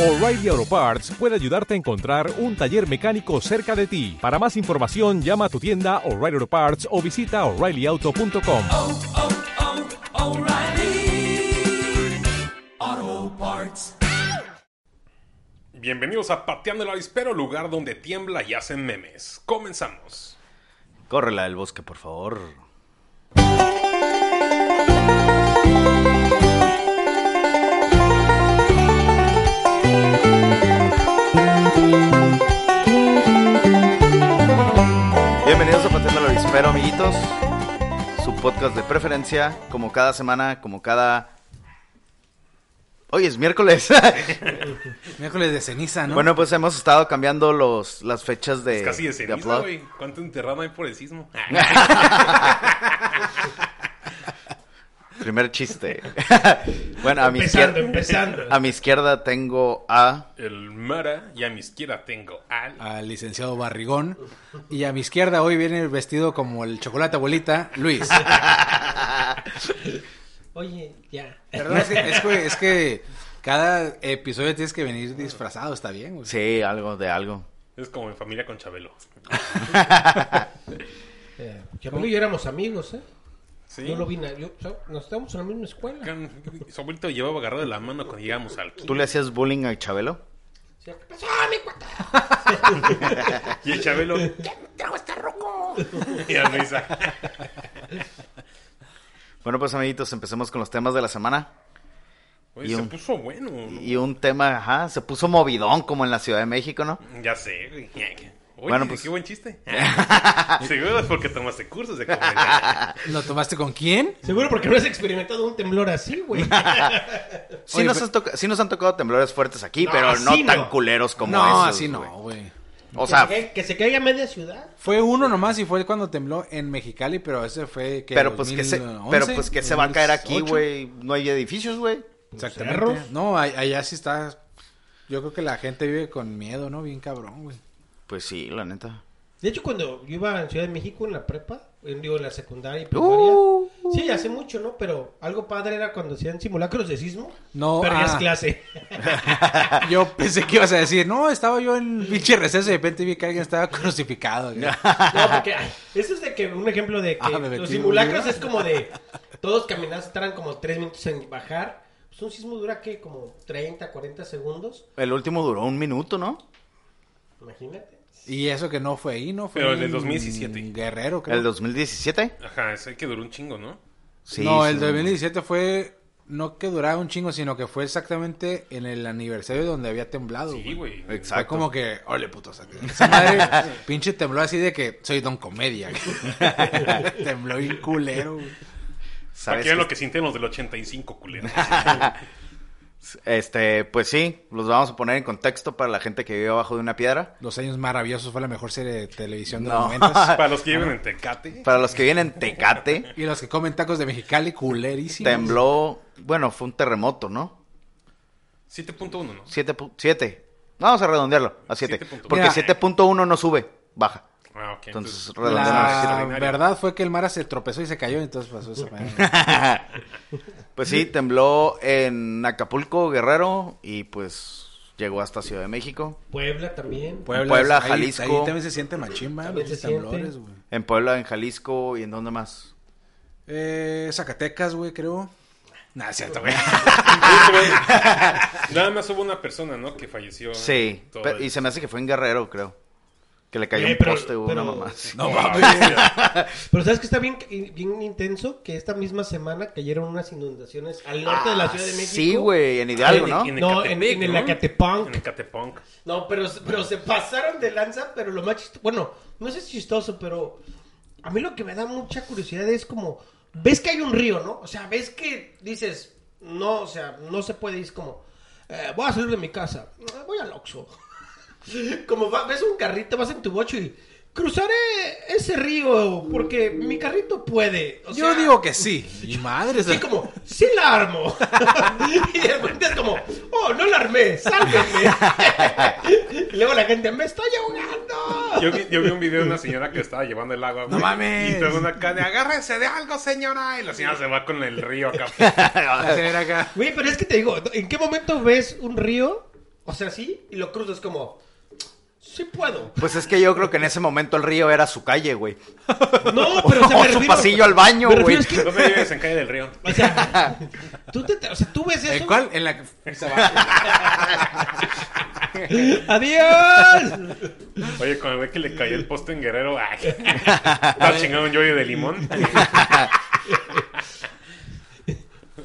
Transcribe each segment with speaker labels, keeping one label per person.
Speaker 1: O'Reilly Auto Parts puede ayudarte a encontrar un taller mecánico cerca de ti. Para más información, llama a tu tienda O'Reilly Auto Parts o visita oreillyauto.com.
Speaker 2: Bienvenidos a Pateando el Avispero, lugar donde tiembla y hacen memes. Comenzamos.
Speaker 3: Córrela del bosque, por favor. Bienvenidos a Pateando el Avispero, amiguitos. Su podcast de preferencia, como cada semana, como cada... Hoy es miércoles.
Speaker 4: Miércoles de ceniza, ¿no?
Speaker 3: bueno, pues hemos estado cambiando los, las fechas Eh, de...
Speaker 2: Es casi de ceniza,
Speaker 3: upload.
Speaker 2: güey. ¿Cuánto enterrado hay por el sismo? Ah.
Speaker 3: Primer chiste. bueno, a mi, izquierda,
Speaker 5: Empezando, empezando.
Speaker 3: a mi izquierda tengo a...
Speaker 2: El Mara y a mi izquierda tengo Ah. al...
Speaker 4: Al licenciado Barrigón. Y a mi izquierda hoy viene vestido como el chocolate abuelita, Luis.
Speaker 5: Oye, ya.
Speaker 4: Perdón, es que, es que- es que cada episodio tienes que venir disfrazado, está bien. güey?
Speaker 3: Sí, algo de algo.
Speaker 2: Es como en familia con Chabelo.
Speaker 5: Eh, Chabelo y yo éramos amigos, ¿eh?
Speaker 2: Sí.
Speaker 5: Yo lo vi, na- yo, o sea, nos estábamos en la misma escuela.
Speaker 2: Can- Su abuelito llevaba agarrado de la mano cuando llegamos al
Speaker 3: ¿Tú le hacías bullying a Chabelo?
Speaker 5: O sea, ¿Qué pasó, mi cuata?
Speaker 2: Y el Chabelo
Speaker 5: ¿Quién trago está roco?
Speaker 2: y a Luisa.
Speaker 3: Bueno, pues amiguitos, empecemos con los temas de la semana.
Speaker 2: Güey,
Speaker 3: Y
Speaker 2: se
Speaker 3: un-
Speaker 2: puso bueno. ¿no?
Speaker 3: Y un tema, ajá, se puso movidón como en la Ciudad de México, ¿no?
Speaker 2: Ya sé, güey. Oye,
Speaker 3: Bueno, pues-
Speaker 2: qué buen chiste. Seguro es porque tomaste cursos de comedia.
Speaker 4: ¿Lo tomaste con quién?
Speaker 5: Seguro porque no has experimentado un temblor así, güey.
Speaker 3: Sí,
Speaker 4: Oye,
Speaker 3: nos,
Speaker 4: pero-
Speaker 3: has toca- sí nos han tocado temblores fuertes aquí,
Speaker 5: No,
Speaker 3: pero no
Speaker 5: así
Speaker 3: tan
Speaker 5: no.
Speaker 3: culeros como
Speaker 4: no,
Speaker 3: esos.
Speaker 4: así no,
Speaker 3: güey.
Speaker 4: güey.
Speaker 3: O sea,
Speaker 5: Que se caiga- que se caiga media ciudad.
Speaker 4: Fue uno nomás y fue cuando tembló en Mexicali, pero ese fue que.
Speaker 3: pero pues, que se,
Speaker 4: 2011,
Speaker 3: pero pues que se va a caer aquí,
Speaker 4: 2008.
Speaker 3: güey. No hay edificios, güey.
Speaker 4: Exactamente.
Speaker 5: Cerros.
Speaker 4: No, a- allá sí está. Yo creo que la gente vive con miedo, ¿no? Bien cabrón, güey.
Speaker 3: Pues sí, la neta.
Speaker 5: De hecho, cuando yo iba en Ciudad de México en la prepa, en, digo, en la secundaria y primaria.
Speaker 3: Uh.
Speaker 5: Sí, hace mucho, ¿no? Pero algo padre era cuando hacían simulacros de sismo.
Speaker 4: No,
Speaker 5: Perdías
Speaker 4: ah.
Speaker 5: clase.
Speaker 4: Yo pensé que ibas a decir, no, estaba yo en pinche receso y de repente vi que alguien estaba crucificado. güey.
Speaker 5: No, porque ay, eso es de que un ejemplo de que
Speaker 4: Ah, me metí
Speaker 5: los
Speaker 4: en
Speaker 5: simulacros
Speaker 4: un
Speaker 5: es como de todos caminando, estarán como tres minutos en bajar. Pues un sismo dura que como 30, 40 segundos.
Speaker 3: El último duró un minuto, ¿no?
Speaker 5: Imagínate.
Speaker 4: Y eso que no fue ahí, ¿no? Fue
Speaker 2: Pero el del
Speaker 4: en
Speaker 2: 2017.
Speaker 4: Guerrero, creo.
Speaker 3: ¿El 2017?
Speaker 2: Ajá, ese que duró un chingo, ¿no?
Speaker 3: Sí.
Speaker 4: no,
Speaker 3: sí,
Speaker 4: el 2017 fue, no que duraba un chingo, sino que fue exactamente en el aniversario donde había temblado.
Speaker 2: Sí, güey.
Speaker 4: Fue
Speaker 3: Exacto.
Speaker 4: como que, ole puto, o sea, esa madre pinche tembló así de que soy Don Comedia. güey. tembló bien culero. güey.
Speaker 3: ¿Sabes
Speaker 2: Aquí es
Speaker 3: qué?
Speaker 2: lo que sienten los del 85, culeros.
Speaker 3: Este, pues sí, los vamos a poner en contexto para la gente que vive abajo de una piedra.
Speaker 4: Los años maravillosos fue la mejor serie de televisión de
Speaker 3: No.
Speaker 4: los 90.
Speaker 2: Para los que viven en Tecate.
Speaker 3: Para los que vienen en Tecate,
Speaker 4: Y los que comen tacos de Mexicali, culerísimos.
Speaker 3: tembló, bueno, fue un terremoto, ¿no?
Speaker 2: 7.1, ¿no?
Speaker 3: 7. pu- siete. Vamos a redondearlo a 7.
Speaker 2: 7.1.
Speaker 3: Porque
Speaker 4: Mira.
Speaker 3: 7.1 no sube, baja.
Speaker 2: Ah, ok.
Speaker 3: Entonces,
Speaker 2: Entonces,
Speaker 3: redondeamos a siete.
Speaker 4: La
Speaker 2: extraordinario.
Speaker 4: verdad fue que el Mara se tropezó y se cayó, entonces pasó esa madre.
Speaker 3: Pues sí, tembló en Acapulco, Guerrero, y pues llegó hasta Ciudad de México.
Speaker 5: Puebla también.
Speaker 3: Puebla,
Speaker 4: ahí-
Speaker 3: Jalisco.
Speaker 4: Ahí, también se siente machín, man,
Speaker 5: También
Speaker 4: los
Speaker 5: se
Speaker 4: temblores,
Speaker 5: siente.
Speaker 4: güey.
Speaker 3: En Puebla, en Jalisco, ¿y en dónde más?
Speaker 4: Eh, Zacatecas, güey, creo. Nah, es cierto, güey.
Speaker 2: Nada más hubo una persona, ¿no? Que falleció.
Speaker 3: Sí,
Speaker 2: Todo
Speaker 3: pe-
Speaker 2: el-
Speaker 3: y se me hace que fue en Guerrero, creo. Que le cayó
Speaker 5: Eh,
Speaker 3: un
Speaker 5: pero-
Speaker 3: poste o
Speaker 5: pero-
Speaker 3: una mamá. así.
Speaker 4: No
Speaker 2: Ah,
Speaker 4: mames.
Speaker 2: mira.
Speaker 5: Pero sabes que está bien, bien intenso que esta misma semana cayeron unas inundaciones al norte de la Ciudad de México.
Speaker 3: Ah, Sí, güey, en Hidalgo,
Speaker 2: En-
Speaker 3: ¿no?
Speaker 2: en
Speaker 5: No,
Speaker 2: Ecatepec,
Speaker 5: en- en el
Speaker 2: ¿no?
Speaker 5: Acatepanc.
Speaker 2: En Ecatepec.
Speaker 5: No, pero, pero se pasaron de lanza, pero lo más chistoso, bueno, no sé si chistoso, pero a mí lo que me da mucha curiosidad es como, ves que hay un río, ¿no? O sea, ves que dices, no, o sea, no se puede ir, es como, eh, voy a salir de mi casa, eh, voy al Oxxo. como va- ves un carrito, vas en tu bocho y cruzaré ese río porque mi carrito puede. O
Speaker 4: Yo
Speaker 5: sea,
Speaker 4: digo que sí. Y madre,
Speaker 5: Sí, como, sí la armo. y de repente es como, oh, no la armé, sálvenme. y luego la gente, me estoy ahogando.
Speaker 2: Yo vi, yo vi un video de una señora que estaba llevando el agua. güey,
Speaker 4: No mames.
Speaker 2: Y todo una cana, agárrense de algo, señora. Y la señora se va con el río acá.
Speaker 4: hacer acá.
Speaker 5: Güey, pero es que te digo, ¿en qué momento ves un río O sea, sí, y lo cruzas como, sí puedo.
Speaker 3: Pues es que yo creo que en ese momento el río era su calle, güey.
Speaker 5: No, pero o sea,
Speaker 3: O
Speaker 5: me
Speaker 3: su
Speaker 5: refiero-
Speaker 3: pasillo al baño,
Speaker 5: me refiero
Speaker 3: güey.
Speaker 5: es que-
Speaker 2: No me lleves en calle del río.
Speaker 5: o sea, tú te, o sea, tú ves eso.
Speaker 4: ¿En cuál? En la que se va.
Speaker 5: Adiós.
Speaker 2: Oye, cuando ve que le cayó el poste en Guerrero, ay. Estaba chingando un yoyo de limón.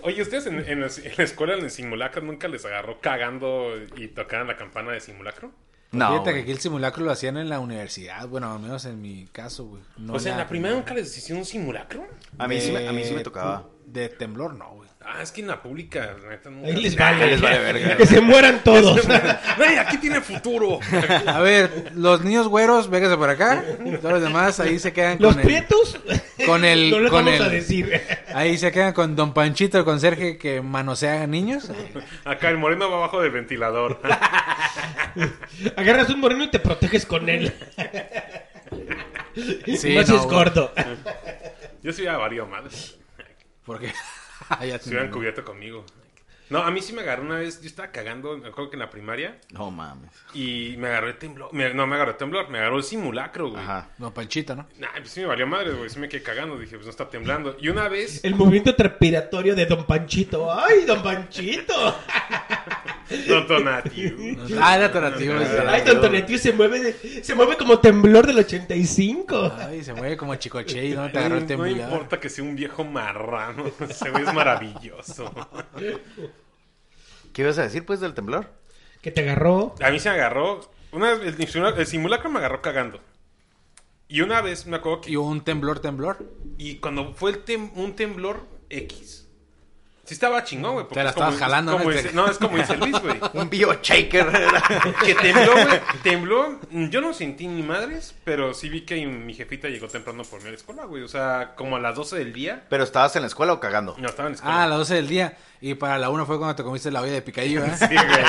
Speaker 2: Oye, ¿ustedes en, en las- en la escuela, en el simulacro, nunca les agarró cagando y tocaban la campana de simulacro?
Speaker 3: No.
Speaker 4: Fíjate que
Speaker 3: güey.
Speaker 4: aquí el simulacro lo hacían en la universidad. Bueno, al menos en mi caso, güey. No
Speaker 2: o sea, ¿en la primera nunca les hicieron un simulacro?
Speaker 3: A mí, sí me, a mí sí me
Speaker 4: De-
Speaker 3: tocaba.
Speaker 4: Eh, De temblor, no, güey.
Speaker 2: Ah, es que en la pública, la neta, nunca.
Speaker 5: Ahí les
Speaker 3: Ahí
Speaker 5: vale.
Speaker 3: les vale verga.
Speaker 5: Que se mueran todos.
Speaker 2: ¡Ey, aquí tiene futuro!
Speaker 4: A ver, los niños güeros, véngase por acá. Todos los demás ahí se quedan
Speaker 5: Los
Speaker 4: con el-
Speaker 5: prietos.
Speaker 4: con el-
Speaker 5: No les
Speaker 4: con
Speaker 5: vamos
Speaker 4: el-
Speaker 5: a decir.
Speaker 4: Ahí se quedan con Don Panchito, el conserje que manosea a niños.
Speaker 2: Acá el moreno va abajo del ventilador.
Speaker 5: Agarras un moreno y te proteges con él.
Speaker 4: Sí,
Speaker 5: Más si
Speaker 4: no,
Speaker 5: es
Speaker 4: güey.
Speaker 5: gordo.
Speaker 2: Yo sí hubiera valido madre.
Speaker 4: Porque
Speaker 2: Se
Speaker 4: ya te-
Speaker 5: Mm.
Speaker 2: hubieran cubierto conmigo. No, a mí sí me agarró una vez. Yo estaba cagando, me acuerdo que en la primaria.
Speaker 3: No mames.
Speaker 2: Y me agarró el temblor. me- no, me agarró el temblor. Me agarró el simulacro, güey.
Speaker 3: Ajá.
Speaker 4: Don Panchito, ¿no?
Speaker 2: Nah, pues sí me valió madre, güey. Sí me quedé cagando. Dije, pues no está temblando. Y una vez.
Speaker 5: El movimiento trepidatorio de Don Panchito. ¡Ay, Don Panchito!
Speaker 2: Don Tonatiu.
Speaker 4: Ah, era atractivo.
Speaker 5: Ay, Don Tonetiu se mueve, de- se mueve como temblor del 85.
Speaker 4: Ay, se mueve como chicoche y no te agarró el
Speaker 2: no
Speaker 4: temblor.
Speaker 2: importa que sea un viejo marrano. Ese güey es maravilloso.
Speaker 3: ¿Qué ibas a decir, pues, del temblor?
Speaker 5: Que te agarró.
Speaker 2: A mí se me agarró. Una vez el simulacro, el simulacro me agarró cagando. Y una vez me acuerdo que
Speaker 4: Y un temblor, temblor.
Speaker 2: Y cuando fue el tem- un temblor X. Sí estaba chingón, güey. porque
Speaker 4: Te la
Speaker 2: es como-
Speaker 4: estabas jalando,
Speaker 2: es como
Speaker 4: ¿no?
Speaker 2: dice- no, es como dice Luis, güey.
Speaker 3: Un bio shaker.
Speaker 2: Que tembló, güey. Tembló. Yo no sentí ni madres, pero sí vi que mi jefita llegó temprano por mí a la escuela, güey. O sea, como a las 12 del día.
Speaker 3: ¿Pero estabas en la escuela o cagando?
Speaker 2: No, estaba en la escuela.
Speaker 4: Ah, a las 12 del día. Y para la 1 fue cuando te comiste la olla de picadillo, ¿eh?
Speaker 2: Sí, güey.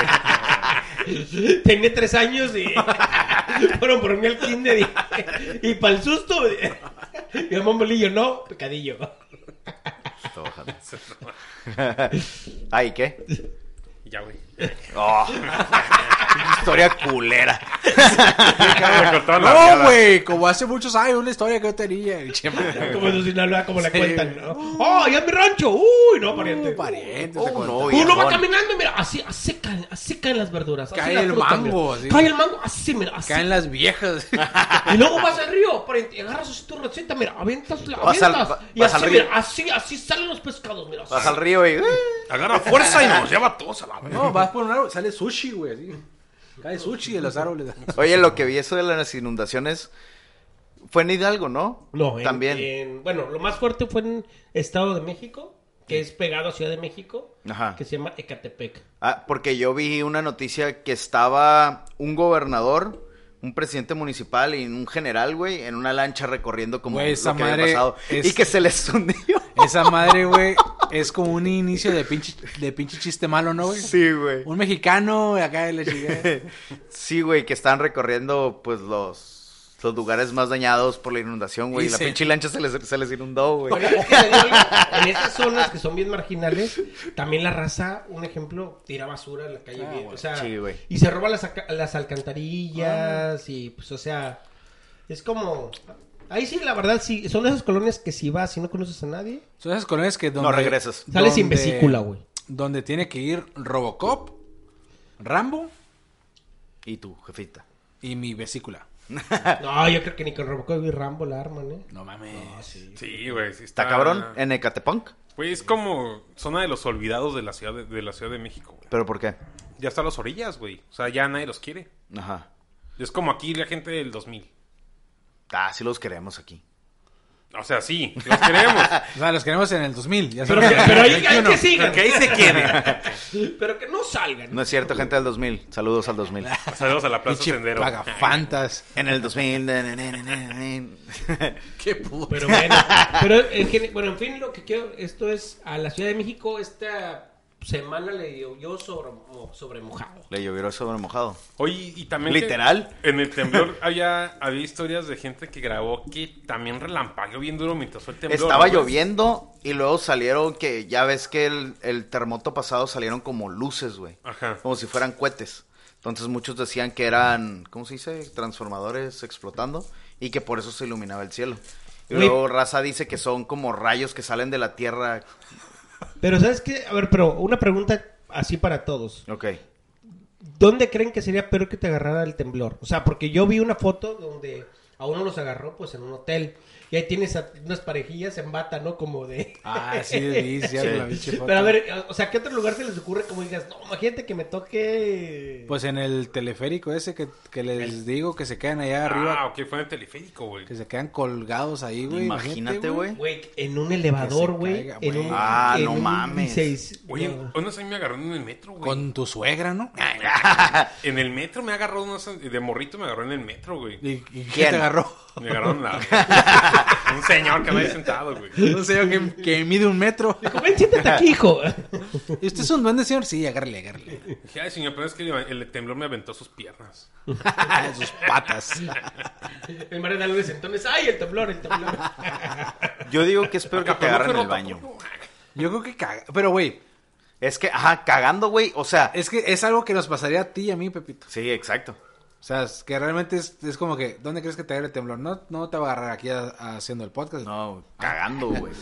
Speaker 5: Tenía tres años y fueron por mí al kinder y, y para el susto. Y el mambolillo, no, pecadillo.
Speaker 3: Ojalá. Ay, ¿qué?
Speaker 2: Ya, güey.
Speaker 3: Oh, historia culera.
Speaker 2: Me cortaron la
Speaker 4: No,
Speaker 2: viada.
Speaker 4: güey, como hace muchos años, una historia que yo tenía. Y che, madre,
Speaker 5: Como en Sinaloa, como la
Speaker 4: Sí.
Speaker 5: cuentan. ¿no? ¡Oh, ya mi rancho! ¡Uy, no, pariente!
Speaker 4: uh, pariente,
Speaker 3: Oh,
Speaker 4: te cuento.
Speaker 3: no,
Speaker 5: Uno va
Speaker 3: viejón.
Speaker 5: caminando y mira, así, así caen, así caen las verduras. así
Speaker 4: Cae
Speaker 5: la
Speaker 4: el
Speaker 5: fruta,
Speaker 4: mango,
Speaker 5: mira.
Speaker 4: así.
Speaker 5: Cae el mango, así, mira, así.
Speaker 4: Caen las viejas.
Speaker 5: Y luego vas al río, pariente, y agarras así tu receta, mira, aventas, la
Speaker 3: Vas
Speaker 5: aventas.
Speaker 3: al- va-
Speaker 5: y
Speaker 3: vas
Speaker 5: así,
Speaker 3: al río.
Speaker 5: mira, así, así salen los pescados, mira. así.
Speaker 3: Vas al río y... eh.
Speaker 2: Agarra fuerza y nos lleva a todos a la verga.
Speaker 4: No, vas por un árbol, sale sushi, güey. así. Cae sushi de los árboles.
Speaker 3: Oye, lo que vi eso de las inundaciones fue en Hidalgo, ¿no?
Speaker 5: No, en-
Speaker 3: También.
Speaker 5: en- bueno, lo más fuerte fue en Estado de México, que es pegado a Ciudad de México,
Speaker 3: Ajá.
Speaker 5: que se llama Ecatepec.
Speaker 3: Ah, porque yo vi una noticia que estaba un gobernador, un presidente municipal y un general, güey, en una lancha recorriendo como
Speaker 4: Güey, esa
Speaker 3: lo que había
Speaker 4: madre
Speaker 3: pasado.
Speaker 4: es-
Speaker 3: Y que se les hundió.
Speaker 4: Esa madre, güey, es como un inicio de pinche, de pinche chiste malo, ¿no, güey?
Speaker 3: Sí, güey.
Speaker 4: Un mexicano, acá le chiqué.
Speaker 3: Sí, güey, que están recorriendo, pues, los, los lugares más dañados por la inundación, güey.
Speaker 4: Y
Speaker 3: Y la
Speaker 4: se-
Speaker 3: pinche lancha se les, se les inundó, güey.
Speaker 5: Pero es que te digo algo, en esas zonas que son bien marginales, también la raza, un ejemplo, tira basura en la calle. bien, o sea,
Speaker 3: Ah, Sí, güey. Ah.
Speaker 5: y se roba las, aca- las alcantarillas y pues, o sea, es como... Ahí sí, la verdad, sí, son esas colonias que si vas y no conoces a nadie,
Speaker 4: Son esas colonias que donde...
Speaker 3: No regresas.
Speaker 5: Sales sin
Speaker 4: donde-
Speaker 5: vesícula, güey.
Speaker 4: Donde tiene que ir Robocop, Rambo
Speaker 3: Y tu jefita.
Speaker 4: y mi vesícula.
Speaker 3: Ah.
Speaker 5: no, yo creo que ni con Robocop y Rambo la arman, ¿eh?
Speaker 4: No mames. sí.
Speaker 2: Sí, güey. sí
Speaker 3: ¿Está
Speaker 4: Ah.
Speaker 3: cabrón? En Ecatepunk.
Speaker 2: Güey, es como zona de los olvidados de la Ciudad de, de la ciudad de México, güey.
Speaker 3: ¿Pero por qué?
Speaker 2: Ya está a las orillas, güey. O sea, ya nadie los quiere.
Speaker 3: Ajá.
Speaker 2: Es como aquí la gente del 2000.
Speaker 3: Ah, sí los queremos aquí.
Speaker 2: O sea, sí, los queremos.
Speaker 4: O sea, los queremos en el 2000. Ya
Speaker 5: Pero,
Speaker 4: son-
Speaker 5: pero ahí, ahí que
Speaker 4: 21.
Speaker 5: sigan,
Speaker 2: que ahí se queden.
Speaker 5: pero que no salgan.
Speaker 3: No es cierto, gente del 2000. Saludos al 2000.
Speaker 2: Saludos a la Plaza
Speaker 4: Pinche
Speaker 2: Sendero.
Speaker 4: plagafantas.
Speaker 3: En el 2000. na, na, na, na, na, na.
Speaker 4: Qué puto.
Speaker 5: Pero bueno, pero en, gen- bueno, en fin, lo que quiero, esto es a la Ciudad de México esta semana le llovió sobre, mo- sobre mojado.
Speaker 3: Le llovió sobre mojado.
Speaker 2: Oye, y también...
Speaker 3: ¿Literal?
Speaker 2: que en el temblor había, había historias de gente que grabó que también relampagueó bien duro mientras fue el temblor.
Speaker 3: Estaba
Speaker 2: ¿no?
Speaker 3: lloviendo y luego salieron que ya ves que el, el terremoto pasado salieron como luces, güey.
Speaker 2: Ajá.
Speaker 3: Como si fueran cohetes. Entonces muchos decían que eran, ¿cómo se dice? Transformadores explotando y que por eso se iluminaba el cielo. Y
Speaker 5: Güey.
Speaker 3: luego Raza dice que son como rayos que salen de la tierra.
Speaker 5: Pero ¿sabes qué? A ver, pero una pregunta así para todos.
Speaker 3: Ok.
Speaker 5: ¿Dónde creen que sería peor que te agarrara el temblor? O sea, porque yo vi una foto donde a uno los agarró pues en un hotel. Y ahí tienes a unas parejillas en bata, ¿no? Como de...
Speaker 4: Ah, sí, sí, sí,
Speaker 3: Sí.
Speaker 4: la pinche foto.
Speaker 5: Pero a ver, o sea, ¿qué otro lugar se les ocurre como digas, no, imagínate que me toque...
Speaker 4: Pues en el teleférico ese que, que les digo que se quedan allá arriba,
Speaker 2: Ah, ok, fue en el teleférico, güey.
Speaker 4: que se quedan colgados ahí, güey.
Speaker 3: Imagínate, güey.
Speaker 5: Güey, en un elevador,
Speaker 4: Que se
Speaker 5: güey.
Speaker 4: caiga,
Speaker 5: en
Speaker 4: güey.
Speaker 5: un-
Speaker 3: Ah,
Speaker 5: en
Speaker 3: no
Speaker 5: un
Speaker 3: mames.
Speaker 5: 16.
Speaker 2: Oye,
Speaker 5: No.
Speaker 2: una vez a mí me agarró en el metro, güey.
Speaker 4: Con tu suegra, ¿no? Ah,
Speaker 2: En el metro me agarró, unos, de morrito me agarró en el metro, güey.
Speaker 4: ¿Y, y quién
Speaker 3: ¿Quién?
Speaker 4: te agarró?
Speaker 2: Me agarraron la... un señor que había sentado, güey.
Speaker 4: No sé, que, que mide un metro.
Speaker 5: Dijo, Ven, siéntate aquí, hijo.
Speaker 4: ¿Y usted es un duende, señor? Sí, agárrele, agárrele.
Speaker 2: Dije, ay, señor, pero es que el temblor me aventó sus piernas.
Speaker 4: Sus patas.
Speaker 5: el Mario Alves entonces, ay, el temblor, el temblor.
Speaker 3: Yo digo que es peor que te
Speaker 2: Acapulco
Speaker 3: agarren en
Speaker 2: y
Speaker 3: el baño.
Speaker 2: Rotocuyo.
Speaker 4: Yo creo que caga. Pero, güey,
Speaker 3: Es que, ajá, cagando, güey. O sea,
Speaker 4: es que es algo que nos pasaría a ti y a mí, Pepito.
Speaker 3: sí, exacto.
Speaker 4: O sea, es que realmente es, es como que, ¿dónde crees que te agarre el temblor? No, no te va a agarrar aquí a- haciendo el podcast.
Speaker 3: No, cagando, güey.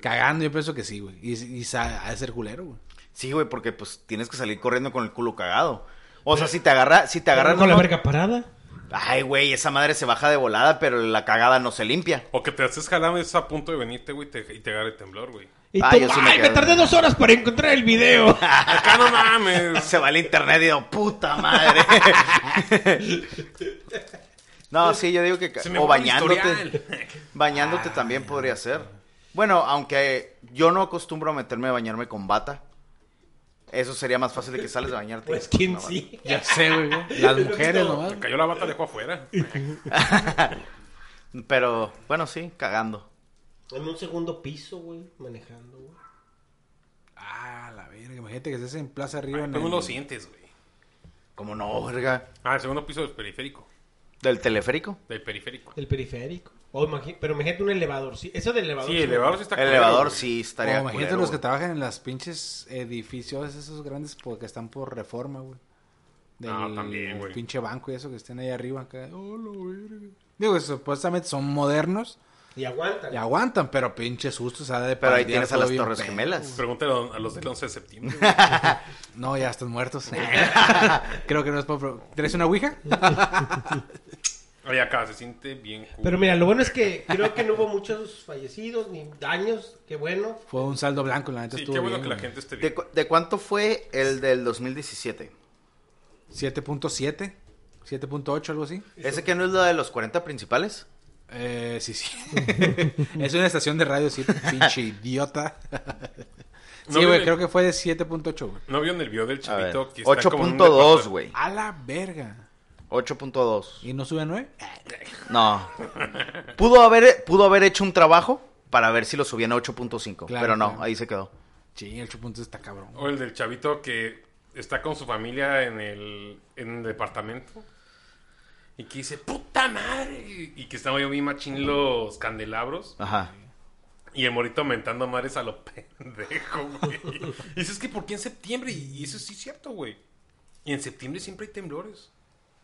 Speaker 4: Cagando, yo pienso que sí, güey. Y, y sa- ha de ser culero, güey.
Speaker 3: Sí, güey, porque pues tienes que salir corriendo con el culo cagado. O sea, si te agarra, si te agarran
Speaker 5: Con la
Speaker 3: nomás-
Speaker 5: verga parada.
Speaker 3: Ay, güey, esa madre se baja de volada, pero la cagada no se limpia.
Speaker 2: O que te estés jalando y estás a punto de venirte, güey, te- y te agarre el temblor, güey.
Speaker 5: Y
Speaker 3: Ah,
Speaker 5: tú,
Speaker 3: yo sí me
Speaker 5: ay, me,
Speaker 3: quedé.
Speaker 5: tardé dos horas para encontrar el video.
Speaker 2: Acá no mames.
Speaker 3: Se va al internet y digo, puta madre. no, sí, yo digo que ca-
Speaker 2: Se me
Speaker 3: o
Speaker 2: borra el
Speaker 3: bañándote.
Speaker 2: historial.
Speaker 3: Bañándote también podría ser. Bueno, aunque yo no acostumbro a meterme a bañarme con bata. Eso sería más fácil de que sales de bañarte.
Speaker 5: Pues quién
Speaker 3: No,
Speaker 5: sí.
Speaker 4: Ya sé, güey. Las mujeres nomás.
Speaker 2: Me cayó la bata de agua afuera.
Speaker 3: Pero, bueno, sí, cagando.
Speaker 5: En un segundo piso, güey, manejando, güey.
Speaker 4: Ah, la verga. Imagínate que estés en Plaza Arriba. en
Speaker 2: Pero
Speaker 4: el-
Speaker 2: no lo sientes, güey.
Speaker 3: Como no, verga.
Speaker 2: Ah, el segundo piso del periférico.
Speaker 3: ¿Del teleférico?
Speaker 2: Del periférico.
Speaker 5: El periférico. O imagi- pero imagínate un elevador, sí. Eso del elevador.
Speaker 2: Sí,
Speaker 5: sí
Speaker 2: el
Speaker 5: me-
Speaker 2: elevador sí está
Speaker 3: El
Speaker 2: culero,
Speaker 3: elevador
Speaker 2: güey.
Speaker 3: sí
Speaker 4: O
Speaker 3: estaría.
Speaker 4: imagínate
Speaker 3: culero,
Speaker 4: los que
Speaker 3: güey.
Speaker 4: trabajan en las pinches edificios esos grandes porque están por reforma, güey. Del
Speaker 2: Ah, también, güey.
Speaker 4: pinche banco y eso que estén ahí arriba acá. Oh, la verga. Digo, supuestamente son modernos
Speaker 5: Y aguanta.
Speaker 4: y aguantan, pero pinches sustos. ha de
Speaker 3: Pero ahí
Speaker 4: pandear
Speaker 3: tienes a
Speaker 4: todo
Speaker 3: las
Speaker 4: bien
Speaker 3: Torres
Speaker 4: pedo.
Speaker 3: Gemelas.
Speaker 2: Pregúntale a los del 11 de septiembre. güey.
Speaker 4: No, ya están muertos. Creo que no es por... ¿Tienes una ouija?
Speaker 2: Oye, acá se siente bien. cool.
Speaker 5: Pero mira, lo bueno es que creo que no hubo muchos fallecidos ni daños. Qué bueno.
Speaker 4: Fue un saldo blanco, la neta
Speaker 2: sí,
Speaker 4: estuvo
Speaker 2: qué bueno
Speaker 4: bien,
Speaker 2: que la
Speaker 4: güey.
Speaker 2: gente esté
Speaker 3: ¿De,
Speaker 2: bien.
Speaker 3: cu- de cuánto fue el del 2017?
Speaker 4: 7.7, 7.8, algo así.
Speaker 3: ¿Ese que no es la de los 40 principales?
Speaker 4: Eh, sí, sí. es una estación de radio, sí, pinche idiota.
Speaker 2: No,
Speaker 4: sí, güey,
Speaker 2: vive-
Speaker 4: creo que fue de 7.8, güey.
Speaker 2: ¿No vieron el video del
Speaker 3: A ver,
Speaker 2: chavito que está como en un
Speaker 3: 8.2,
Speaker 2: departamento?
Speaker 3: güey.
Speaker 4: A la verga. Ah,
Speaker 3: 8.2.
Speaker 4: ¿Y no sube a 9?
Speaker 3: No. Pudo haber, pudo haber hecho un trabajo para ver si lo subían a 8.5.
Speaker 4: Claro,
Speaker 3: pero no,
Speaker 4: claro.
Speaker 3: ahí se quedó.
Speaker 4: Sí, el chupunto está cabrón.
Speaker 2: O el del chavito que está con su familia en el, en el departamento. Y que dice, puta madre. Y que estaba yo bien machín los candelabros.
Speaker 3: Ajá.
Speaker 2: Y el morito aumentando madres a lo pendejo, güey. Y Dices que ¿por qué en septiembre? Y eso sí es cierto, güey. Y en septiembre siempre hay temblores.